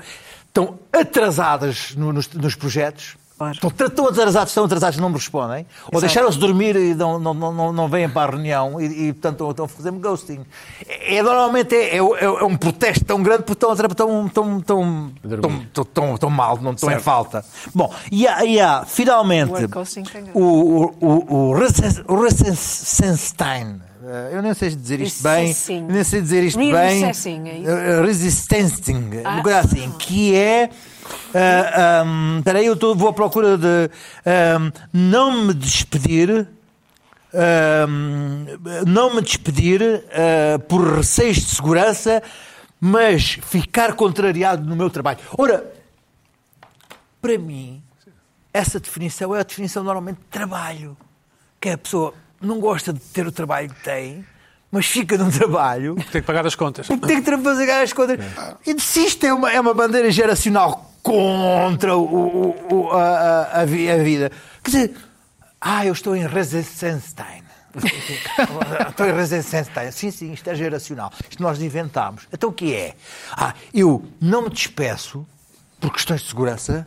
Speaker 6: estão atrasadas no- nos, nos projetos. Estão tra- tão atrasados, estão atrasados, não me respondem. Ou
Speaker 12: Exato.
Speaker 6: deixaram-se dormir e não, não, não, não, não vêm para a reunião e, e portanto, estão, estão a fazer-me ghosting. É, é- normalmente é, é- é um protesto tão grande porque estão, atra- estão, estão, estão, estão, estão, estão, estão mal, não estão em
Speaker 12: Certo.
Speaker 6: falta. Bom, e há, e há finalmente,
Speaker 12: Work ghosting tem graça.
Speaker 6: o, o, o, o Resen- o Resenstein. Eh, Eu nem sei dizer isto bem.
Speaker 3: Resenstein.
Speaker 6: Nem sei dizer isto bem.
Speaker 3: Resenstein, é isso?
Speaker 6: Eh, Resistensing.
Speaker 3: Ah.
Speaker 6: Uma coisa assim. Que é. ah, ahm, Espera aí, eu tô- vou à procura de. ahm, não me despedir. ahm, não me despedir ah, por receios de segurança, mas ficar contrariado no meu trabalho. Ora, para mim, essa definição é a definição normalmente de trabalho. Que a pessoa não gosta de ter o trabalho que tem, mas fica num trabalho
Speaker 1: Tem que pagar as contas.
Speaker 6: porque tem que tra- fazer as coisas. E desiste, é uma, é uma bandeira geracional contra o- o- o- a, a- a vi- a vida. Quer dizer, ah, eu estou em Resenstein. estou em Resenstein. Sim, sim, isto é geracional. Isto nós inventámos. Então o que é? Ah, eu não me despeço por questões de segurança,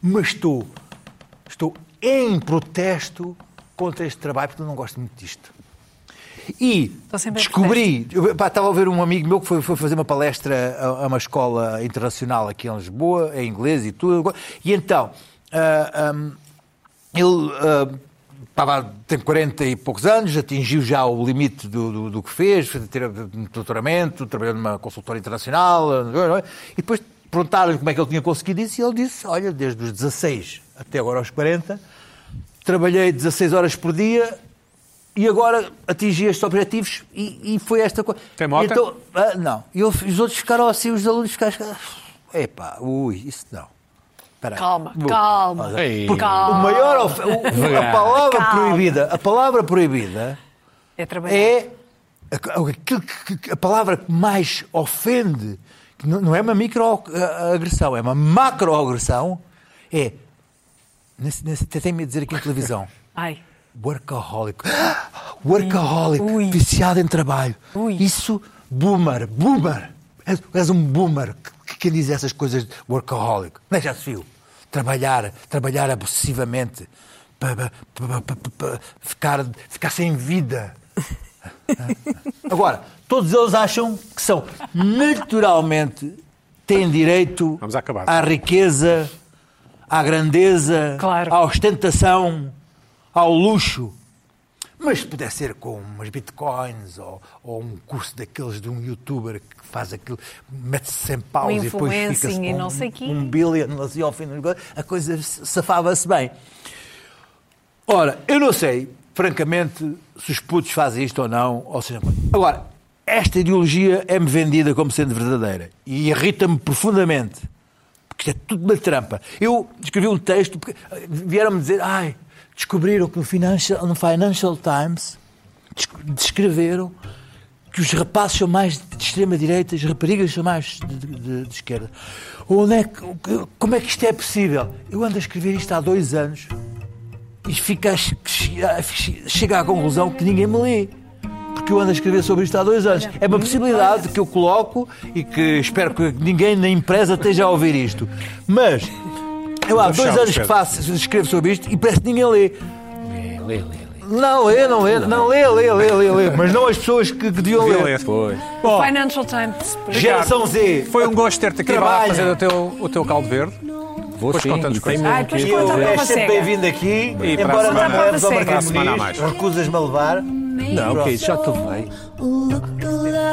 Speaker 6: mas estou, estou em protesto contra este trabalho porque eu não gosto muito disto. E
Speaker 3: sempre em
Speaker 6: descobri, eu, pá, estava a ver um amigo meu que foi, foi fazer uma palestra a, a uma escola internacional aqui em Lisboa, em inglês e tudo. E então, ah, ahm, ele ah, estava, tem 40 e poucos anos, atingiu já o limite do, do- do que fez, fez ter um doutoramento, trabalhou numa consultora internacional, ah, e depois perguntaram-lhe como é que ele tinha conseguido isso, e ele disse, olha, desde os 16 até agora aos 40, trabalhei 16 horas por dia e agora atingi estes objetivos e, e foi esta coisa. Tem
Speaker 1: moto?
Speaker 6: Então, ah, não. E eu- os outros ficaram assim, os alunos ficaram... Epá, ui, isso não. Espera aí.
Speaker 3: Calma,
Speaker 6: Vou-
Speaker 3: calma.
Speaker 6: Ei.
Speaker 3: Porque
Speaker 6: O maior of- o- o- a palavra proibida, a palavra proibida
Speaker 3: É trabalhar.
Speaker 6: é a- a- aquilo que- que- a palavra que mais ofende, que não não é uma microagressão, é uma macroagressão, é nesse, nesse, até tem medo de dizer aqui em televisão.
Speaker 3: Ai.
Speaker 6: Workaholic. Workaholic. Viciado em trabalho. Isso, boomer. Boomer. És, és um boomer. Que- Quem diz essas coisas de workaholic? Não é, já se viu? Trabalhar, trabalhar abusivamente. Pa- pa- pa- pa- pa- pa- ficar, ficar sem vida. Agora, todos eles acham que são naturalmente têm direito à riqueza, à grandeza, à ostentação, ao luxo. Mas se puder ser com umas bitcoins ou, ou um curso daqueles de um youtuber que faz aquilo, mete-se sem paus e depois fica-se
Speaker 3: Um influencing e
Speaker 6: com
Speaker 3: não sei quê.
Speaker 6: um billion assim ao fim do negócio, a coisa safava-se bem. Ora, eu não sei, francamente, se os putos fazem isto ou não, ou seja, agora, esta ideologia é-me vendida como sendo verdadeira e irrita-me profundamente, porque isto é tudo uma trampa. Eu escrevi um texto, porque eh, vieram-me dizer, ai, descobriram que no Financial, no Financial Times des- descreveram que os rapazes são mais de extrema-direita, as raparigas são mais de, de- de esquerda. Onde é que, como é que isto é possível? Eu ando a escrever isto há dois anos e fica a che- chega- chega à conclusão que ninguém me lê. Porque eu ando a escrever sobre isto há dois anos. É uma possibilidade que eu coloco e que espero que ninguém na empresa esteja a ouvir isto. Mas eu há
Speaker 12: Vamos
Speaker 6: dois
Speaker 12: fechar,
Speaker 6: anos que
Speaker 12: Pedro.
Speaker 6: faço, escrevo sobre isto e parece que ninguém lê.
Speaker 5: Lê, lê, lê.
Speaker 6: Não lê, não lê, não lê, lê, lê, lê, lê. Mas não as pessoas que, que deviam
Speaker 1: é
Speaker 6: ler. Bom,
Speaker 3: Financial Times.
Speaker 6: Geração Z.
Speaker 1: Foi um gosto ter-te aqui. Vai lá
Speaker 6: Trabalha.
Speaker 1: fazer o teu, o teu caldo verde.
Speaker 5: Vou
Speaker 1: Depois
Speaker 5: sim,
Speaker 1: conta-nos
Speaker 5: e tem
Speaker 1: coisas.
Speaker 5: mesmo Ah, depois que-
Speaker 6: Eu é sempre bem-vindo
Speaker 1: E
Speaker 6: aqui,
Speaker 1: para a
Speaker 6: embora
Speaker 1: semana.
Speaker 6: não leves ao
Speaker 1: Para a semana há
Speaker 6: Marquês
Speaker 1: mais.
Speaker 6: de Muniz, recusas-me a levar.
Speaker 5: Não,
Speaker 6: Pronto.
Speaker 5: que isso já te levei.
Speaker 8: Look alive.